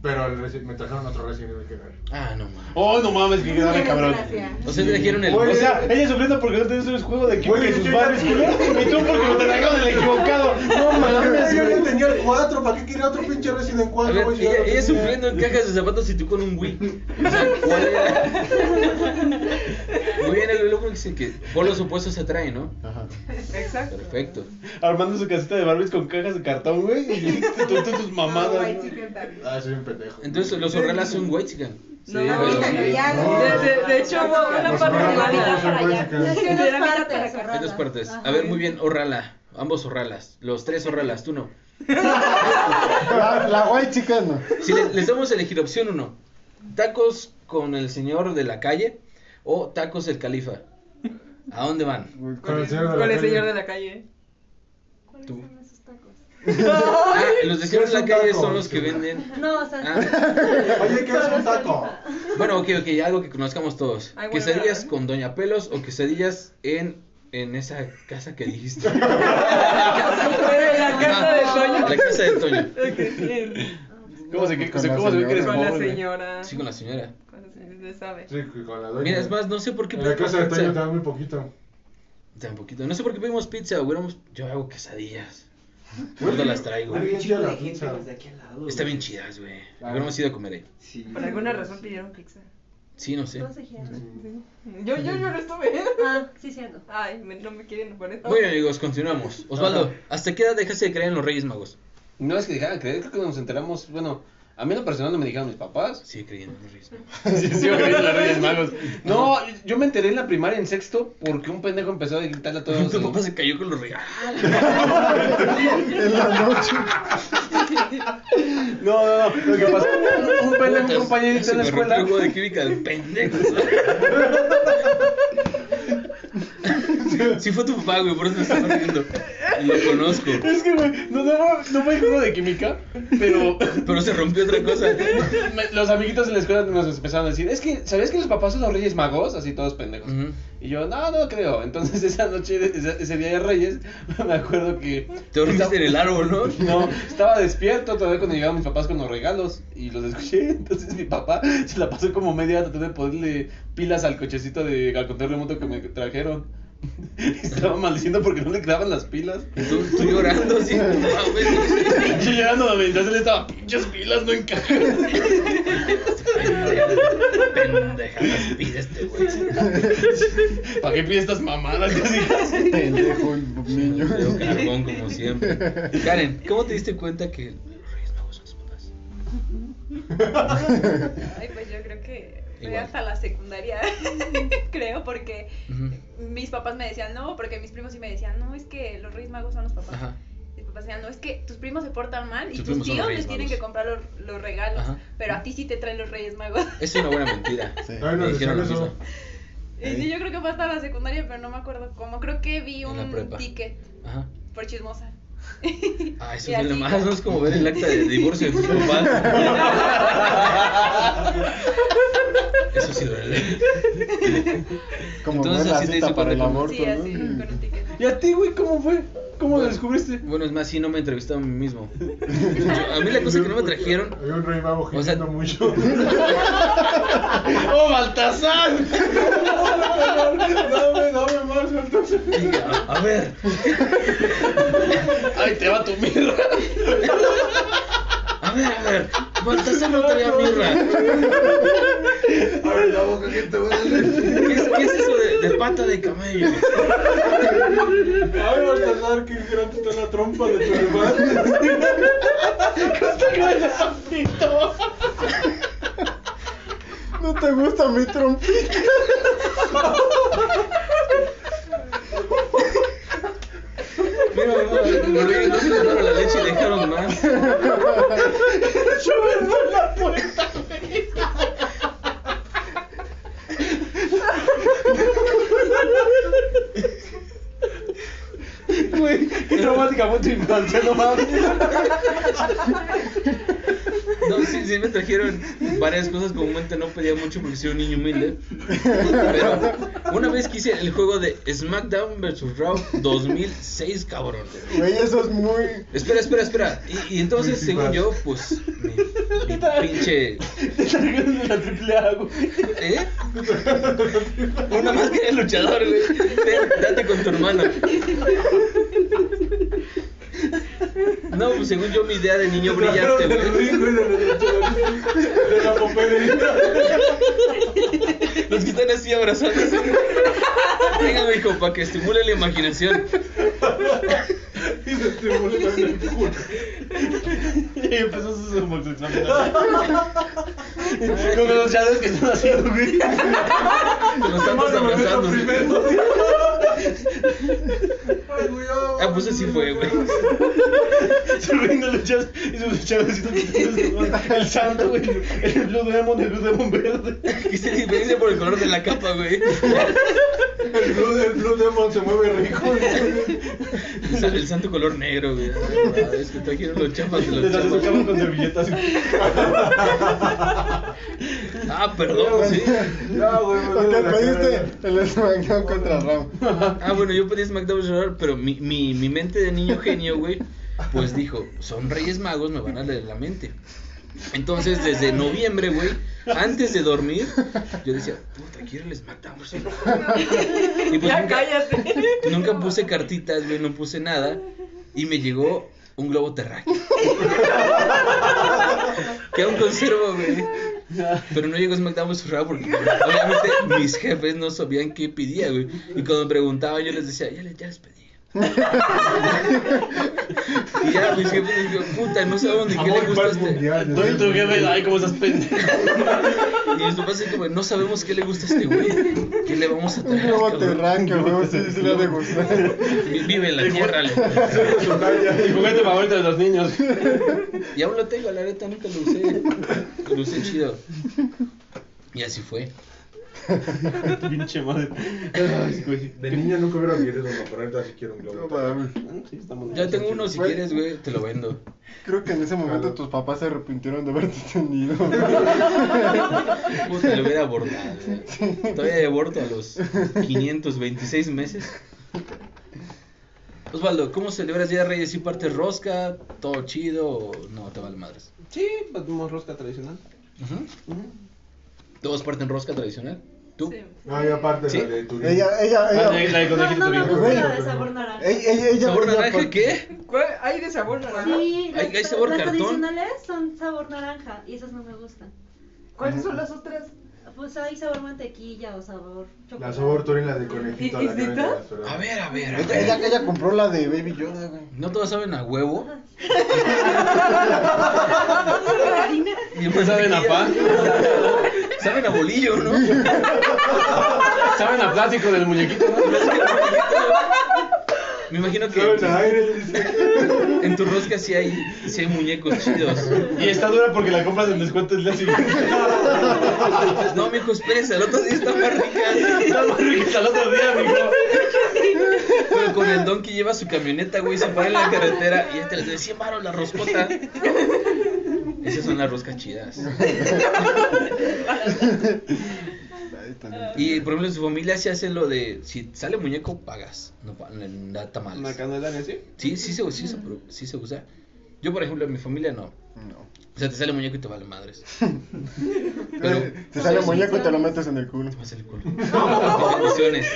Speaker 1: Pero el Resi- me trajeron otro Resident Evil que no era.
Speaker 2: Ah, no mames.
Speaker 4: Oh, no mames, que quedaba cabrón.
Speaker 2: O sea, te trajeron el.
Speaker 1: Güey,
Speaker 4: O sea, ella sufriendo porque no tenés un juego de equipo
Speaker 1: Güey,
Speaker 4: de
Speaker 1: yo
Speaker 4: sus
Speaker 1: ya-
Speaker 4: padres, culero. Y tú porque me trajeron el equivocado. No mames,
Speaker 1: yo
Speaker 4: güey.
Speaker 1: ya tenía el 4, ¿para qué quería otro pinche Resident
Speaker 2: a
Speaker 1: 4,
Speaker 2: ver,
Speaker 1: güey? Si ya
Speaker 2: ella,
Speaker 1: lo
Speaker 2: ella
Speaker 1: tenía.
Speaker 2: sufriendo en cajas de zapatos y tú con un Wii. O sea, ¿cuál era? Muy bien, el loco dice que por los opuestos se atraen, ¿no?
Speaker 3: Ajá.
Speaker 6: Exacto.
Speaker 2: Perfecto.
Speaker 4: Armando su casita de Barbies con cajas de cartón, güey. Y tú tú tus mamadas.
Speaker 8: White
Speaker 4: güey.
Speaker 8: Chicken también.
Speaker 1: Ah, soy un pendejo.
Speaker 2: Entonces, los orrelas son white chican.
Speaker 6: No,
Speaker 2: Sí,
Speaker 6: ahorita
Speaker 2: pero-
Speaker 8: no, ya
Speaker 6: De, de- de hecho, hubo una
Speaker 1: Los
Speaker 6: parte de la
Speaker 1: programas
Speaker 6: vida
Speaker 1: no son
Speaker 6: para allá.
Speaker 1: white chicken.
Speaker 7: En dos
Speaker 8: Era mitad
Speaker 7: partes.
Speaker 8: para
Speaker 2: En dos partes. A ver, muy bien, Orrala. Ambos Orralas. Los tres Orralas, tú no.
Speaker 3: La, la guay chica no.
Speaker 2: Si les, les damos a elegir opción uno: tacos con el señor de la calle o tacos del califa. ¿A dónde van?
Speaker 1: Con el señor de la
Speaker 6: Con el
Speaker 1: calle.
Speaker 6: señor de la calle.
Speaker 7: ¿Cuáles
Speaker 2: Tú.
Speaker 7: son esos tacos?
Speaker 2: Ah, los del señor de la
Speaker 1: ¿Qué es un
Speaker 2: calle
Speaker 1: taco?
Speaker 2: son los que venden.
Speaker 7: No, o sea,
Speaker 2: Ah,
Speaker 7: <laughs>
Speaker 1: Oye, ¿qué es un taco?
Speaker 2: bueno, ok, ok, algo que conozcamos todos:
Speaker 6: Ay, bueno,
Speaker 2: quesadillas
Speaker 6: ¿verdad?
Speaker 2: con Doña Pelos o quesadillas en, en esa casa que <laughs> dijiste.
Speaker 6: En la casa de Toño.
Speaker 2: La casa de Toño.
Speaker 6: Ok, bien.
Speaker 4: ¿Cómo se,
Speaker 3: Con la
Speaker 4: cómo se ve que eres
Speaker 6: Con la
Speaker 4: pobre?
Speaker 6: señora.
Speaker 2: Sí, con la señora.
Speaker 6: Con la señora, le sabe.
Speaker 1: Sí, con la doña.
Speaker 2: Mira, es más, no sé por qué
Speaker 1: En la casa de
Speaker 2: pizza.
Speaker 1: Toño te da muy poquito.
Speaker 2: Tan poquito. No sé por qué pedimos pizza, hubiéramos... Yo hago quesadillas.
Speaker 1: Güey,
Speaker 2: No te las traigo.
Speaker 1: güey,
Speaker 5: Había un
Speaker 1: chida
Speaker 5: chico
Speaker 1: la
Speaker 5: de gente
Speaker 1: pizza.
Speaker 5: los de aquí al lado.
Speaker 2: Está
Speaker 5: güey.
Speaker 2: bien chidas, güey.
Speaker 1: Ah.
Speaker 2: Hubiéramos ido a comer ahí.
Speaker 5: Sí,
Speaker 6: Por alguna
Speaker 5: güey,
Speaker 6: razón
Speaker 5: sí.
Speaker 6: pidieron pizza.
Speaker 2: Sí, no sé.
Speaker 7: todos dijeron.
Speaker 6: Yo, yo, yo no estuve.
Speaker 7: Ah, sí, cierto.
Speaker 6: Ay, me- no me quieren por eso.
Speaker 2: Muy bien, amigos, continuamos. Osvaldo, ¿hasta qué edad dejaste de creer en los Reyes Magos?
Speaker 4: No es que dejaran creer, creo que nos enteramos. Bueno, a mí en lo personal no me dijeron mis papás.
Speaker 2: Sí, creyendo en los Reyes Magos.
Speaker 4: <laughs> sí, sí, me creían los Reyes Magos. No, yo me enteré en la primaria en sexto porque un pendejo empezó a gritarle a <laughs>
Speaker 2: <laughs>
Speaker 4: todos.
Speaker 2: Tu
Speaker 4: eh,
Speaker 2: papá se cayó con los Reyes.
Speaker 3: <laughs> En la noche.
Speaker 4: No, no, no. Lo que pasó, un pendejo, un compañerito
Speaker 2: Se
Speaker 4: en la
Speaker 2: me rompió el
Speaker 4: escuela.
Speaker 2: juego de química del pendejo.
Speaker 4: <laughs>
Speaker 2: Sí fue tu papá, güey, por eso me estás riendo. Lo conozco.
Speaker 4: Es que, güey, no, no, no fue el juego de química, <laughs> pero
Speaker 2: Pero se rompió otra cosa.
Speaker 4: me- los amiguitos en la escuela nos empezaron a decir, es que, ¿sabías que los papás son los reyes magos? Así todos pendejos.
Speaker 2: Ujú.
Speaker 4: Y yo, no, no creo. Entonces <laughs> esa noche, ese, ese día de reyes, <laughs> me acuerdo que...
Speaker 2: Te dormiste en el árbol, ¿no?
Speaker 4: No, estaba despierto todavía cuando llegaban mis papás con los regalos y los escuché. <laughs> Entonces mi papá se la pasó como media hora tratando de ponerle pilas al cochecito de al control remoto que me trajeron. <laughs> Estaba maldiciendo porque no le quedaban las pilas. <laughs>
Speaker 2: Y tú, tú llorando, sí. No, mames.
Speaker 4: Yo llorando mientras él estaba, pinches pilas no encajan. <laughs>
Speaker 2: Pendeja, las pide este güey.
Speaker 4: ¿Para qué pide estas mamadas? <laughs> Casi, casi.
Speaker 3: Pendejo el niño.
Speaker 2: Veo carbón como siempre. Karen, ¿cómo te diste cuenta que los Reyes Magos son tus papás?
Speaker 9: Ay, pues yo creo que fue
Speaker 2: Igual.
Speaker 9: hasta la secundaria, <laughs> creo, porque
Speaker 2: Ujú.
Speaker 9: mis papás me decían no, porque mis primos sí me decían, no, es que los Reyes Magos son los papás.
Speaker 2: Ajá.
Speaker 9: Mis papás decían, no, es que tus primos se portan mal y
Speaker 2: Tus
Speaker 9: tus
Speaker 2: primos son los
Speaker 9: tíos
Speaker 2: Reyes
Speaker 9: les tienen
Speaker 2: Magos.
Speaker 9: que comprar los, los regalos,
Speaker 2: Ajá.
Speaker 9: pero a ti sí te traen los Reyes Magos.
Speaker 2: Es una buena mentira.
Speaker 3: Sí.
Speaker 1: Ay,
Speaker 2: Me dijeron
Speaker 1: nos decían
Speaker 2: lo
Speaker 1: eso.
Speaker 2: mismo.
Speaker 9: Y sí, yo creo que fue hasta la secundaria, pero no me acuerdo cómo. Creo que vi
Speaker 2: En la
Speaker 9: un
Speaker 2: prepa.
Speaker 9: ticket
Speaker 2: Ajá.
Speaker 9: por chismosa.
Speaker 2: Ah,
Speaker 9: <laughs>
Speaker 2: eso
Speaker 9: Y
Speaker 2: es lo
Speaker 9: así.
Speaker 2: más, ¿no? Es como ver el acta de divorcio de
Speaker 9: <laughs>
Speaker 2: tus papás. Eso sí duele.
Speaker 3: Como
Speaker 2: Entonces,
Speaker 3: ver la
Speaker 2: así te
Speaker 3: cita
Speaker 2: hizo
Speaker 3: para el
Speaker 2: cuando-
Speaker 3: amor.
Speaker 9: Sí, así, con un ticket.
Speaker 4: ¿Y a ti, güey, cómo fue? ¿Cómo lo descubriste?
Speaker 2: Bueno, es más, sí, no me entrevistaron a mí mismo. A mí la cosa que no me trajeron.
Speaker 1: Había un rey mago
Speaker 2: O sea-
Speaker 1: gimiendo mucho.
Speaker 4: ¡Oh, <laughs> Baltasar!
Speaker 1: Dame, dame más, entonces.
Speaker 2: dije, A ver,
Speaker 4: ¡Ay, te va tu mierda!
Speaker 2: a ver, a ver. Baltasar no traía
Speaker 4: <laughs>
Speaker 2: mirra.
Speaker 1: Abre la boca, gente.
Speaker 2: ¿Qué es, qué es eso de, de pata de camello.
Speaker 4: Ay, Baltasar, qué grande está la trompa de tu hermano.
Speaker 3: ¿No te gusta mi trompita?
Speaker 2: Mira, mira, lo reventaron la leche y dejaron más.
Speaker 4: Güey, qué traumática fue tu infancia, no mames.
Speaker 2: No, sí, sí me trajeron varias cosas. Comúnmente no pedía mucho porque soy un niño humilde. Pero una vez quise el juego de SmackDown vs. Raw 2006, cabrón.
Speaker 3: Güey, eso es muy.
Speaker 2: Espera, espera, espera. Y, y entonces, según yo, pues. Mi, mi pinche.
Speaker 4: Te trajeron de la triple A, güey.
Speaker 2: ¿Eh? Una máscara de luchador, güey. Ven, date con tu hermano. No, pues según yo, mi idea de niño brillante,
Speaker 4: Del
Speaker 2: güey.
Speaker 4: ring, güey, de la- de la papelería.
Speaker 2: Los que están así abrazándose. Venga, hijo, para que estimule la imaginación.
Speaker 4: Y se te volvió en el culo. Y empezó sus homosexualidades. Con los llaves que están haciendo, güey.
Speaker 2: Los estamos
Speaker 4: Hermano, me meto
Speaker 2: abrazando.
Speaker 4: primero.
Speaker 2: Ah, pues así fue, güey.
Speaker 4: Subiendo luchas y
Speaker 1: <laughs>
Speaker 4: sus chavecitos. El santo, güey. El Blue Demon, el Blue Demon verde.
Speaker 2: Que se diferencia por el color de la capa, güey.
Speaker 1: El Blue, el Blue Demon se mueve rico.
Speaker 2: O sea, El santo color negro, güey. Ah, Es que trajeron los chapas de
Speaker 4: Les
Speaker 2: los chapas.
Speaker 4: acercaban con servilletas.
Speaker 2: Ah, <laughs> perdón, sí.
Speaker 1: Ya, güey, me
Speaker 3: Lo
Speaker 1: duele
Speaker 3: que
Speaker 1: la cara,
Speaker 3: pediste el SmackDown contra Ram.
Speaker 2: Ah, bueno, yo pedí SmackDown vs. Raw, pero mi, mi, mi mente de niño genio, güey, pues dijo, son reyes magos, me van a leer la mente. Entonces, desde noviembre, güey, antes de dormir, yo decía, puta, quiero el SmackDown vs. Raw. Y pues
Speaker 6: ya
Speaker 2: nunca,
Speaker 6: cállate.
Speaker 2: nunca puse cartitas, güey, no puse nada. Y me llegó un globo terráqueo. que aún conservo, güey. Pero no llegó SmackDown vs. Raw porque obviamente mis jefes no sabían qué pedía, güey. Y cuando me preguntaban yo les decía, ya les, ya les pedí. y ya mis jefes dijeron, puta, no sabemos ni qué le gusta a este.
Speaker 4: Tú y tu jefe, ay, cómo estás pendejo.
Speaker 1: <laughs>
Speaker 2: Y mis papás así como, no sabemos qué le gusta a este güey. ¿Qué le vamos a
Speaker 3: Un
Speaker 2: traer?
Speaker 3: globo
Speaker 2: cabrón?
Speaker 3: terráqueo, güey, sí, sí le ha de gustar.
Speaker 2: Vi- Vive en la tierra, le.
Speaker 4: El juguete favorito de los niños. <laughs>
Speaker 2: Y aún lo tengo, la neta nunca lo usé. Lo usé chido. Y así fue.
Speaker 4: Pinche madre. Ay, güey.
Speaker 1: De niño nunca hubiera querido, no, pero ahorita sí quiero un
Speaker 3: No,
Speaker 1: globo.
Speaker 3: mames.
Speaker 4: Sí, estamos
Speaker 2: Ya tengo uno si
Speaker 3: Güey.
Speaker 2: quieres, güey, te lo vendo.
Speaker 3: Creo que en ese momento tus papás se arrepintieron de haberte tenido.
Speaker 2: Puta, lo hubiera abortado. güey. Todavía de aborto a los 526 meses. Osvaldo, ¿cómo celebras Día de Reyes? ¿Y partes rosca? ¿Todo chido? o no, te vale madres?
Speaker 4: Sí, batimos rosca tradicional.
Speaker 2: Ujú. ¿Todos parten rosca tradicional? ¿Tú?
Speaker 9: Sí.
Speaker 1: No, y aparte
Speaker 2: Sí.
Speaker 1: la de turismo.
Speaker 3: Ella, ella,
Speaker 4: Ah, la-
Speaker 3: ella.
Speaker 4: la de
Speaker 7: No,
Speaker 4: conejito
Speaker 7: no me
Speaker 4: turismo.
Speaker 7: gusta la de sabor naranja.
Speaker 3: Ella, ella, ella
Speaker 2: ¿Sabor
Speaker 3: brilla
Speaker 2: naranja
Speaker 3: por-
Speaker 2: qué?
Speaker 6: ¿Cuál? Hay de sabor naranja.
Speaker 7: Sí,
Speaker 2: ¿Hay-
Speaker 7: las-
Speaker 2: hay sabor
Speaker 7: las
Speaker 2: cartón?
Speaker 7: tradicionales son sabor naranja y esas no me gustan.
Speaker 6: ¿Cuáles son las otras?
Speaker 7: Pues hay sabor mantequilla o sabor chocolate.
Speaker 1: La sabor turín, la de conejito. la que venden en las
Speaker 2: A ver, a ver, a
Speaker 3: Ella,
Speaker 2: ver.
Speaker 3: ella, ella compró la de Baby Yoda, güey.
Speaker 2: ¿No todos saben a huevo?
Speaker 7: harina.
Speaker 2: Y
Speaker 4: ¿Qué saben a pan?
Speaker 2: <laughs> Saben a bolillo, ¿no? Pero
Speaker 4: ¿Saben a plástico del muñequito? no?
Speaker 2: es que el muñequito- Me imagino que en
Speaker 1: Saben a
Speaker 2: tu,
Speaker 1: aire, dice.
Speaker 2: en tu rosca sí hay, sí hay muñecos chidos.
Speaker 4: Y está dura porque la compras en descuento es la siguiente. <laughs>
Speaker 2: No, mijo, espérese, el otro día está más rica.
Speaker 4: Está más rica hasta el otro día, mijo.
Speaker 2: Pero con el don que lleva su camioneta, güey, se para en la carretera y este les de 100 varos la roscota. Esas son las roscas chidas.
Speaker 3: Ahí está.
Speaker 2: Y por ejemplo, en su familia se hace lo de: si sale muñeco, pagas. No, pa- no tamales.
Speaker 4: Una canela, ¿sí?
Speaker 2: Sí, sí se, usa- sí, se, pro- sí se usa. Yo, por ejemplo, en mi familia no.
Speaker 3: No.
Speaker 2: O sea, te sale muñeco y te vale
Speaker 3: <laughs>
Speaker 2: madres. Pero
Speaker 3: Te sale muñeco y te lo metes en el culo.
Speaker 2: me sale el culo. Mis bendiciones.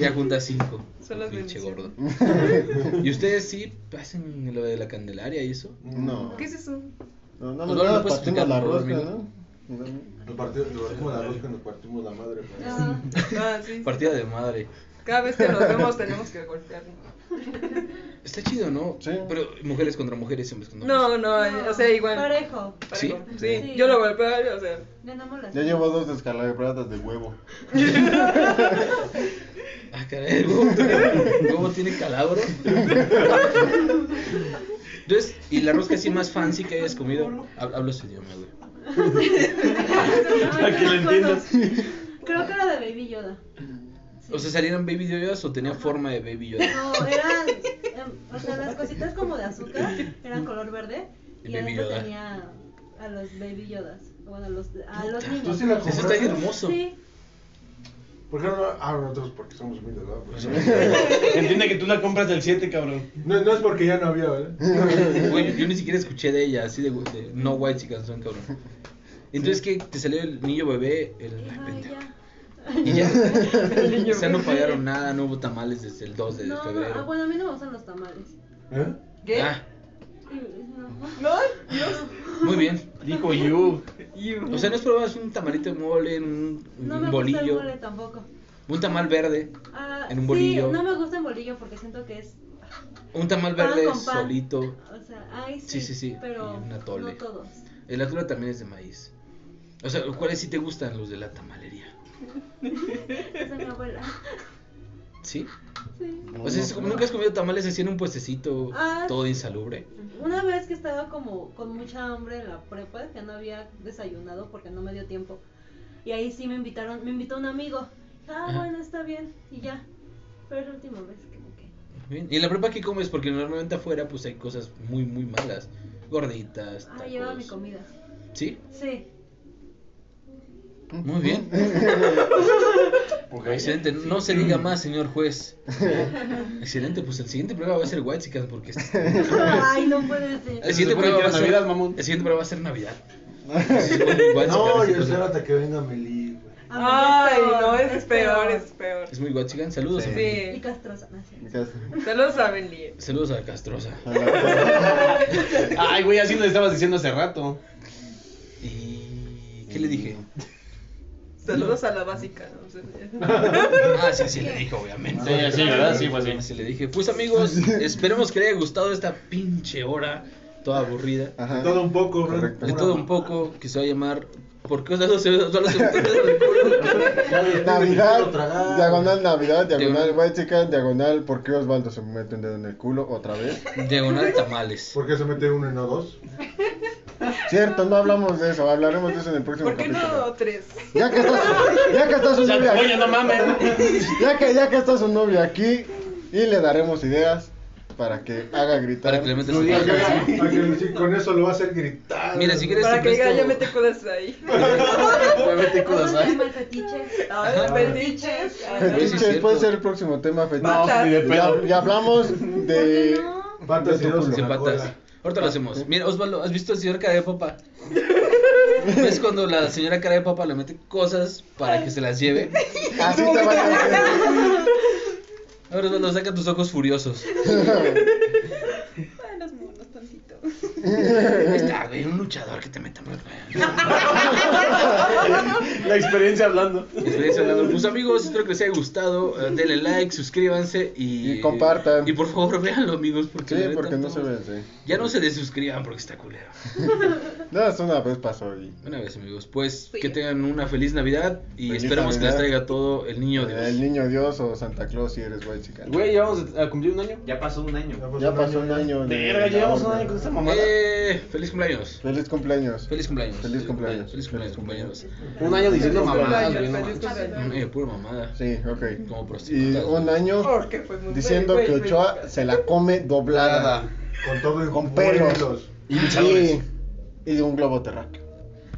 Speaker 2: Ya junta cinco.
Speaker 6: Son las
Speaker 2: Pinche gordo.
Speaker 6: bendiciones.
Speaker 2: ¿Y ustedes sí hacen lo de la Candelaria y eso?
Speaker 3: No.
Speaker 6: ¿Qué es eso?
Speaker 3: No, no,
Speaker 6: <laughs>
Speaker 2: Osvaldo, Pues ¿puedes
Speaker 3: no, patina
Speaker 2: explicar,
Speaker 3: la
Speaker 2: por favor,
Speaker 3: rosca,
Speaker 2: amigo?
Speaker 3: ¿no?
Speaker 1: Nos partimos, nos partimos la rosca, nos partimos la madre. pues.
Speaker 7: Ajá.
Speaker 6: Ah, sí.
Speaker 2: Partida de madre.
Speaker 6: Cada vez <laughs> que nos vemos tenemos que golpearnos.
Speaker 2: Está chido, ¿no?
Speaker 3: Sí.
Speaker 2: Pero mujeres contra mujeres, hombres contra hombres.
Speaker 6: No, no, eh, o sea, igual.
Speaker 7: Parejo.
Speaker 2: ¿Sí?
Speaker 6: Parejo.
Speaker 7: Sí.
Speaker 6: Sí, yo lo golpeo, o sea.
Speaker 7: Ganámoslo así.
Speaker 3: Ya
Speaker 7: <laughs>
Speaker 3: llevo dos descalabradas de huevo.
Speaker 2: Ah, caray, el huevo, tiene- el huevo tiene calabro. Entonces, ¿y la rosca así más fancy que hayas comido? Hab- Hablo su idioma, güey.
Speaker 7: Ay,
Speaker 4: que lo
Speaker 7: qué cosas.
Speaker 4: entiendas.
Speaker 7: Creo que era de Baby Yoda.
Speaker 2: O sea, ¿salieron baby yodas o tenía forma de baby yoda?
Speaker 7: No, eran. em, o sea, las cositas como de azúcar eran color verde.
Speaker 2: El
Speaker 7: Y
Speaker 2: Baby
Speaker 7: adentro
Speaker 2: Yoda.
Speaker 7: tenía a los Baby Yodas. Bueno, a los, a los
Speaker 1: ¿Tú
Speaker 7: niños.
Speaker 1: sí la
Speaker 2: Eso está
Speaker 1: compraste?
Speaker 2: hermoso.
Speaker 7: Sí.
Speaker 1: ¿Por qué no? la- Ah, nosotros porque somos humildes, ¿verdad? Porque-
Speaker 4: Entiende que tú la compras del 7, cabrón.
Speaker 1: No, no es porque ya no había, ¿verdad?
Speaker 2: Güey, yo ni siquiera escuché de ella, así de, de no white si canción, cabrón. Entonces, ¿qué? ¿Te salió el niño bebé? El... ay,
Speaker 7: Ay,
Speaker 2: pendejo.
Speaker 7: ya.
Speaker 2: Y
Speaker 7: <laughs>
Speaker 2: ya. <laughs> o sea, no pagaron nada, no hubo tamales desde el 2 de
Speaker 7: No, no,
Speaker 2: febrero.
Speaker 7: ah, bueno, a mí no me gustan los tamales.
Speaker 1: ¿Eh?
Speaker 6: ¿Qué?
Speaker 2: Ah,
Speaker 7: Y- No.
Speaker 6: No,
Speaker 2: muy bien.
Speaker 4: Dijo you.
Speaker 2: O sea, ¿no has probado así un tamalito de mole, un, un
Speaker 7: No me gusta el
Speaker 2: bolillo,
Speaker 7: mole tampoco.
Speaker 2: un tamal verde?
Speaker 7: Ah,
Speaker 2: En un bolillo.
Speaker 7: Sí, no me gusta el bolillo porque siento que es.
Speaker 2: Un tamal
Speaker 7: Pan
Speaker 2: verde
Speaker 7: con pan.
Speaker 2: solito.
Speaker 7: O sea, ay,
Speaker 2: Sí,
Speaker 7: sí.
Speaker 2: sí, sí,
Speaker 7: Pero
Speaker 2: y un
Speaker 7: no
Speaker 2: atole.
Speaker 7: todos.
Speaker 2: El atula también es de maíz. O sea, ¿cuáles sí te gustan los de la tamalería?
Speaker 7: Esa es mi abuela. <laughs>
Speaker 2: ¿Sí?
Speaker 7: Sí.
Speaker 2: O sea, es como nunca has comido tamales así en un puestecito
Speaker 7: Ah.
Speaker 2: todo insalubre.
Speaker 7: Una vez que estaba como con mucha hambre en la prepa, que no había desayunado porque no me dio tiempo. Y ahí sí me invitaron, me invitó un amigo. Ah,
Speaker 2: Ajá.
Speaker 7: bueno, está bien. Y ya. Pero es la última vez que me quedé.
Speaker 2: Bien. ¿Y en la prepa qué comes? Porque normalmente afuera pues hay cosas muy, muy malas. Gorditas,
Speaker 7: Ah, llevaba mi
Speaker 2: tacos.
Speaker 7: comida.
Speaker 2: ¿Sí?
Speaker 7: Sí.
Speaker 2: Muy bien.
Speaker 4: <laughs>
Speaker 2: Excelente. No se diga más, señor
Speaker 4: <laughs>
Speaker 2: juez. Excelente. Pues el siguiente prueba va a ser Whitesicans porque...
Speaker 4: <laughs>
Speaker 2: este-
Speaker 7: <laughs> Ay, no puede ser.
Speaker 2: El siguiente
Speaker 4: supone que
Speaker 2: prueba va
Speaker 4: era
Speaker 2: a ser...
Speaker 4: Navidad, mamón.
Speaker 2: El siguiente prueba va a ser Navidad.
Speaker 1: No,
Speaker 4: <laughs>
Speaker 2: No,
Speaker 1: y espérate que venga Meli, güey.
Speaker 6: Ay, no, es peor, es peor.
Speaker 2: Es muy guachigan. Saludos.
Speaker 3: Sí.
Speaker 2: a-
Speaker 7: Y
Speaker 6: Sí.
Speaker 7: castrosa, no sé.
Speaker 6: Saludos a eh. Benly.
Speaker 2: Saludos a Castrosa.
Speaker 4: Ah. Ay, güey, así lo estabas diciendo hace rato.
Speaker 2: ¿Y qué le dije?
Speaker 6: Saludos a la básica. ¿no? O sea,
Speaker 2: Ah, sí, sí, le dije, obviamente.
Speaker 4: Sí, así, ¿verdad? Sí, pues
Speaker 2: Así le dije. Pues
Speaker 4: <laughs>
Speaker 2: amigos, esperemos que les haya gustado esta pinche hora toda aburrida.
Speaker 4: Ah,
Speaker 3: Ajá.
Speaker 1: Todo un poco, ¿verdad?
Speaker 3: Correcto.
Speaker 2: De todo un poco, que se va a llamar. ¿Por qué os solo se solo se-
Speaker 4: <laughs>
Speaker 1: Ya después de que quiero
Speaker 3: Navidad,
Speaker 1: tragar.
Speaker 3: diagonal Navidad, diagonal
Speaker 2: Diagonal.
Speaker 3: White Chicken, diagonal ¿Por qué Osvaldo se me mete un dedo en el culo otra vez?
Speaker 2: Diagonal tamales.
Speaker 1: ¿Por qué se mete uno y no dos?
Speaker 3: Cierto, no hablamos de eso, hablaremos de eso en el próximo
Speaker 6: <laughs> ¿Por qué
Speaker 3: capítulo.
Speaker 6: no tres?
Speaker 3: Ya que estás, ya que
Speaker 4: <laughs>
Speaker 3: está su novia
Speaker 4: Oye, no
Speaker 3: aquí,
Speaker 4: mames.
Speaker 3: ya que, ya que está su novia aquí y le daremos ideas para que haga gritar.
Speaker 2: Para que le metas
Speaker 3: sus-
Speaker 2: un
Speaker 1: Para
Speaker 2: taco.
Speaker 1: que- para que sí, con eso lo va a hacer gritar.
Speaker 2: Pues Mira, si quieres.
Speaker 6: Para que diga,
Speaker 2: esto-
Speaker 6: ya mete cosas ahí. <laughs>
Speaker 7: ¿Cómo se
Speaker 2: ¿eh?
Speaker 7: llama el fetiche?
Speaker 6: Ay, bendiches.
Speaker 2: Sí, sí,
Speaker 3: Fetiches,
Speaker 2: cierto.
Speaker 3: puede ser el próximo tema fetiche.
Speaker 4: No, ni de
Speaker 3: ya,
Speaker 4: pedo.
Speaker 3: ya hablamos
Speaker 7: <laughs> ¿Por
Speaker 3: de
Speaker 7: qué no?
Speaker 1: Patas y dos
Speaker 2: Sin
Speaker 1: con la
Speaker 2: patas.
Speaker 1: cola.
Speaker 2: Ahorita lo
Speaker 4: ¿Eh?
Speaker 2: hacemos. Mira, Osvaldo, ¿has visto el señor cara de
Speaker 4: <laughs>
Speaker 2: papa? ¿Ves cuando la señora cara de papa le mete cosas para que se las lleve?
Speaker 3: así te
Speaker 7: <laughs>
Speaker 3: van a hacer.
Speaker 2: Ahora Osvaldo, saca tus ojos furiosos.
Speaker 9: Ay, los monos tantito.
Speaker 2: Ahí Está, güey, un luchador que te meta más, güey.
Speaker 4: La experiencia hablando.
Speaker 2: Experiencia hablando. Pues amigos, espero que les haya gustado. Eh, Denle like, suscríbanse y,
Speaker 3: Y compartan.
Speaker 2: Y por favor, véanlo, amigos. Porque la
Speaker 3: Sí,
Speaker 2: neta,
Speaker 3: porque no
Speaker 2: todos-
Speaker 3: se ve así.
Speaker 2: Ya no se desuscriban porque está culero.
Speaker 3: Nada, es una vez pasó y
Speaker 2: Una vez, amigos. Pues
Speaker 9: Fui
Speaker 2: que
Speaker 9: yo.
Speaker 2: tengan una feliz Navidad y
Speaker 3: Feliz
Speaker 2: esperamos que les
Speaker 3: Navidad.
Speaker 2: traiga todo el niño de
Speaker 3: el niño Dios o Santa Claus si eres white chicken.
Speaker 4: Güey, ya vamos a cumplir un año.
Speaker 5: Ya pasó un año.
Speaker 3: Ya pasó un año. de
Speaker 4: Verga,
Speaker 3: la
Speaker 4: llevamos un
Speaker 3: horda.
Speaker 4: año con esta mamada.
Speaker 2: Eh, feliz cumpleaños.
Speaker 3: Feliz cumpleaños.
Speaker 2: Feliz cumpleaños.
Speaker 3: Feliz cumpleaños.
Speaker 2: Feliz cumpleaños,
Speaker 3: Feliz cumpleaños.
Speaker 4: Un año diciendo
Speaker 6: Feliz
Speaker 4: mamadas,
Speaker 6: cumpleaños,
Speaker 4: güey, no mames.
Speaker 6: feliz
Speaker 9: mames.
Speaker 6: cumpleaños.
Speaker 2: Eh, pura mamada.
Speaker 3: Sí, ok.
Speaker 2: Como
Speaker 3: Y
Speaker 2: prostitutas.
Speaker 3: un año
Speaker 6: Porque fue muy-
Speaker 3: diciendo
Speaker 6: güey,
Speaker 3: que
Speaker 6: güey,
Speaker 3: Ochoa
Speaker 6: güey.
Speaker 3: se la come doblada.
Speaker 1: Con todo y
Speaker 3: Con pelos.
Speaker 1: vuelos.
Speaker 3: Y,
Speaker 4: Hinchables.
Speaker 3: y de un globo terráqueo.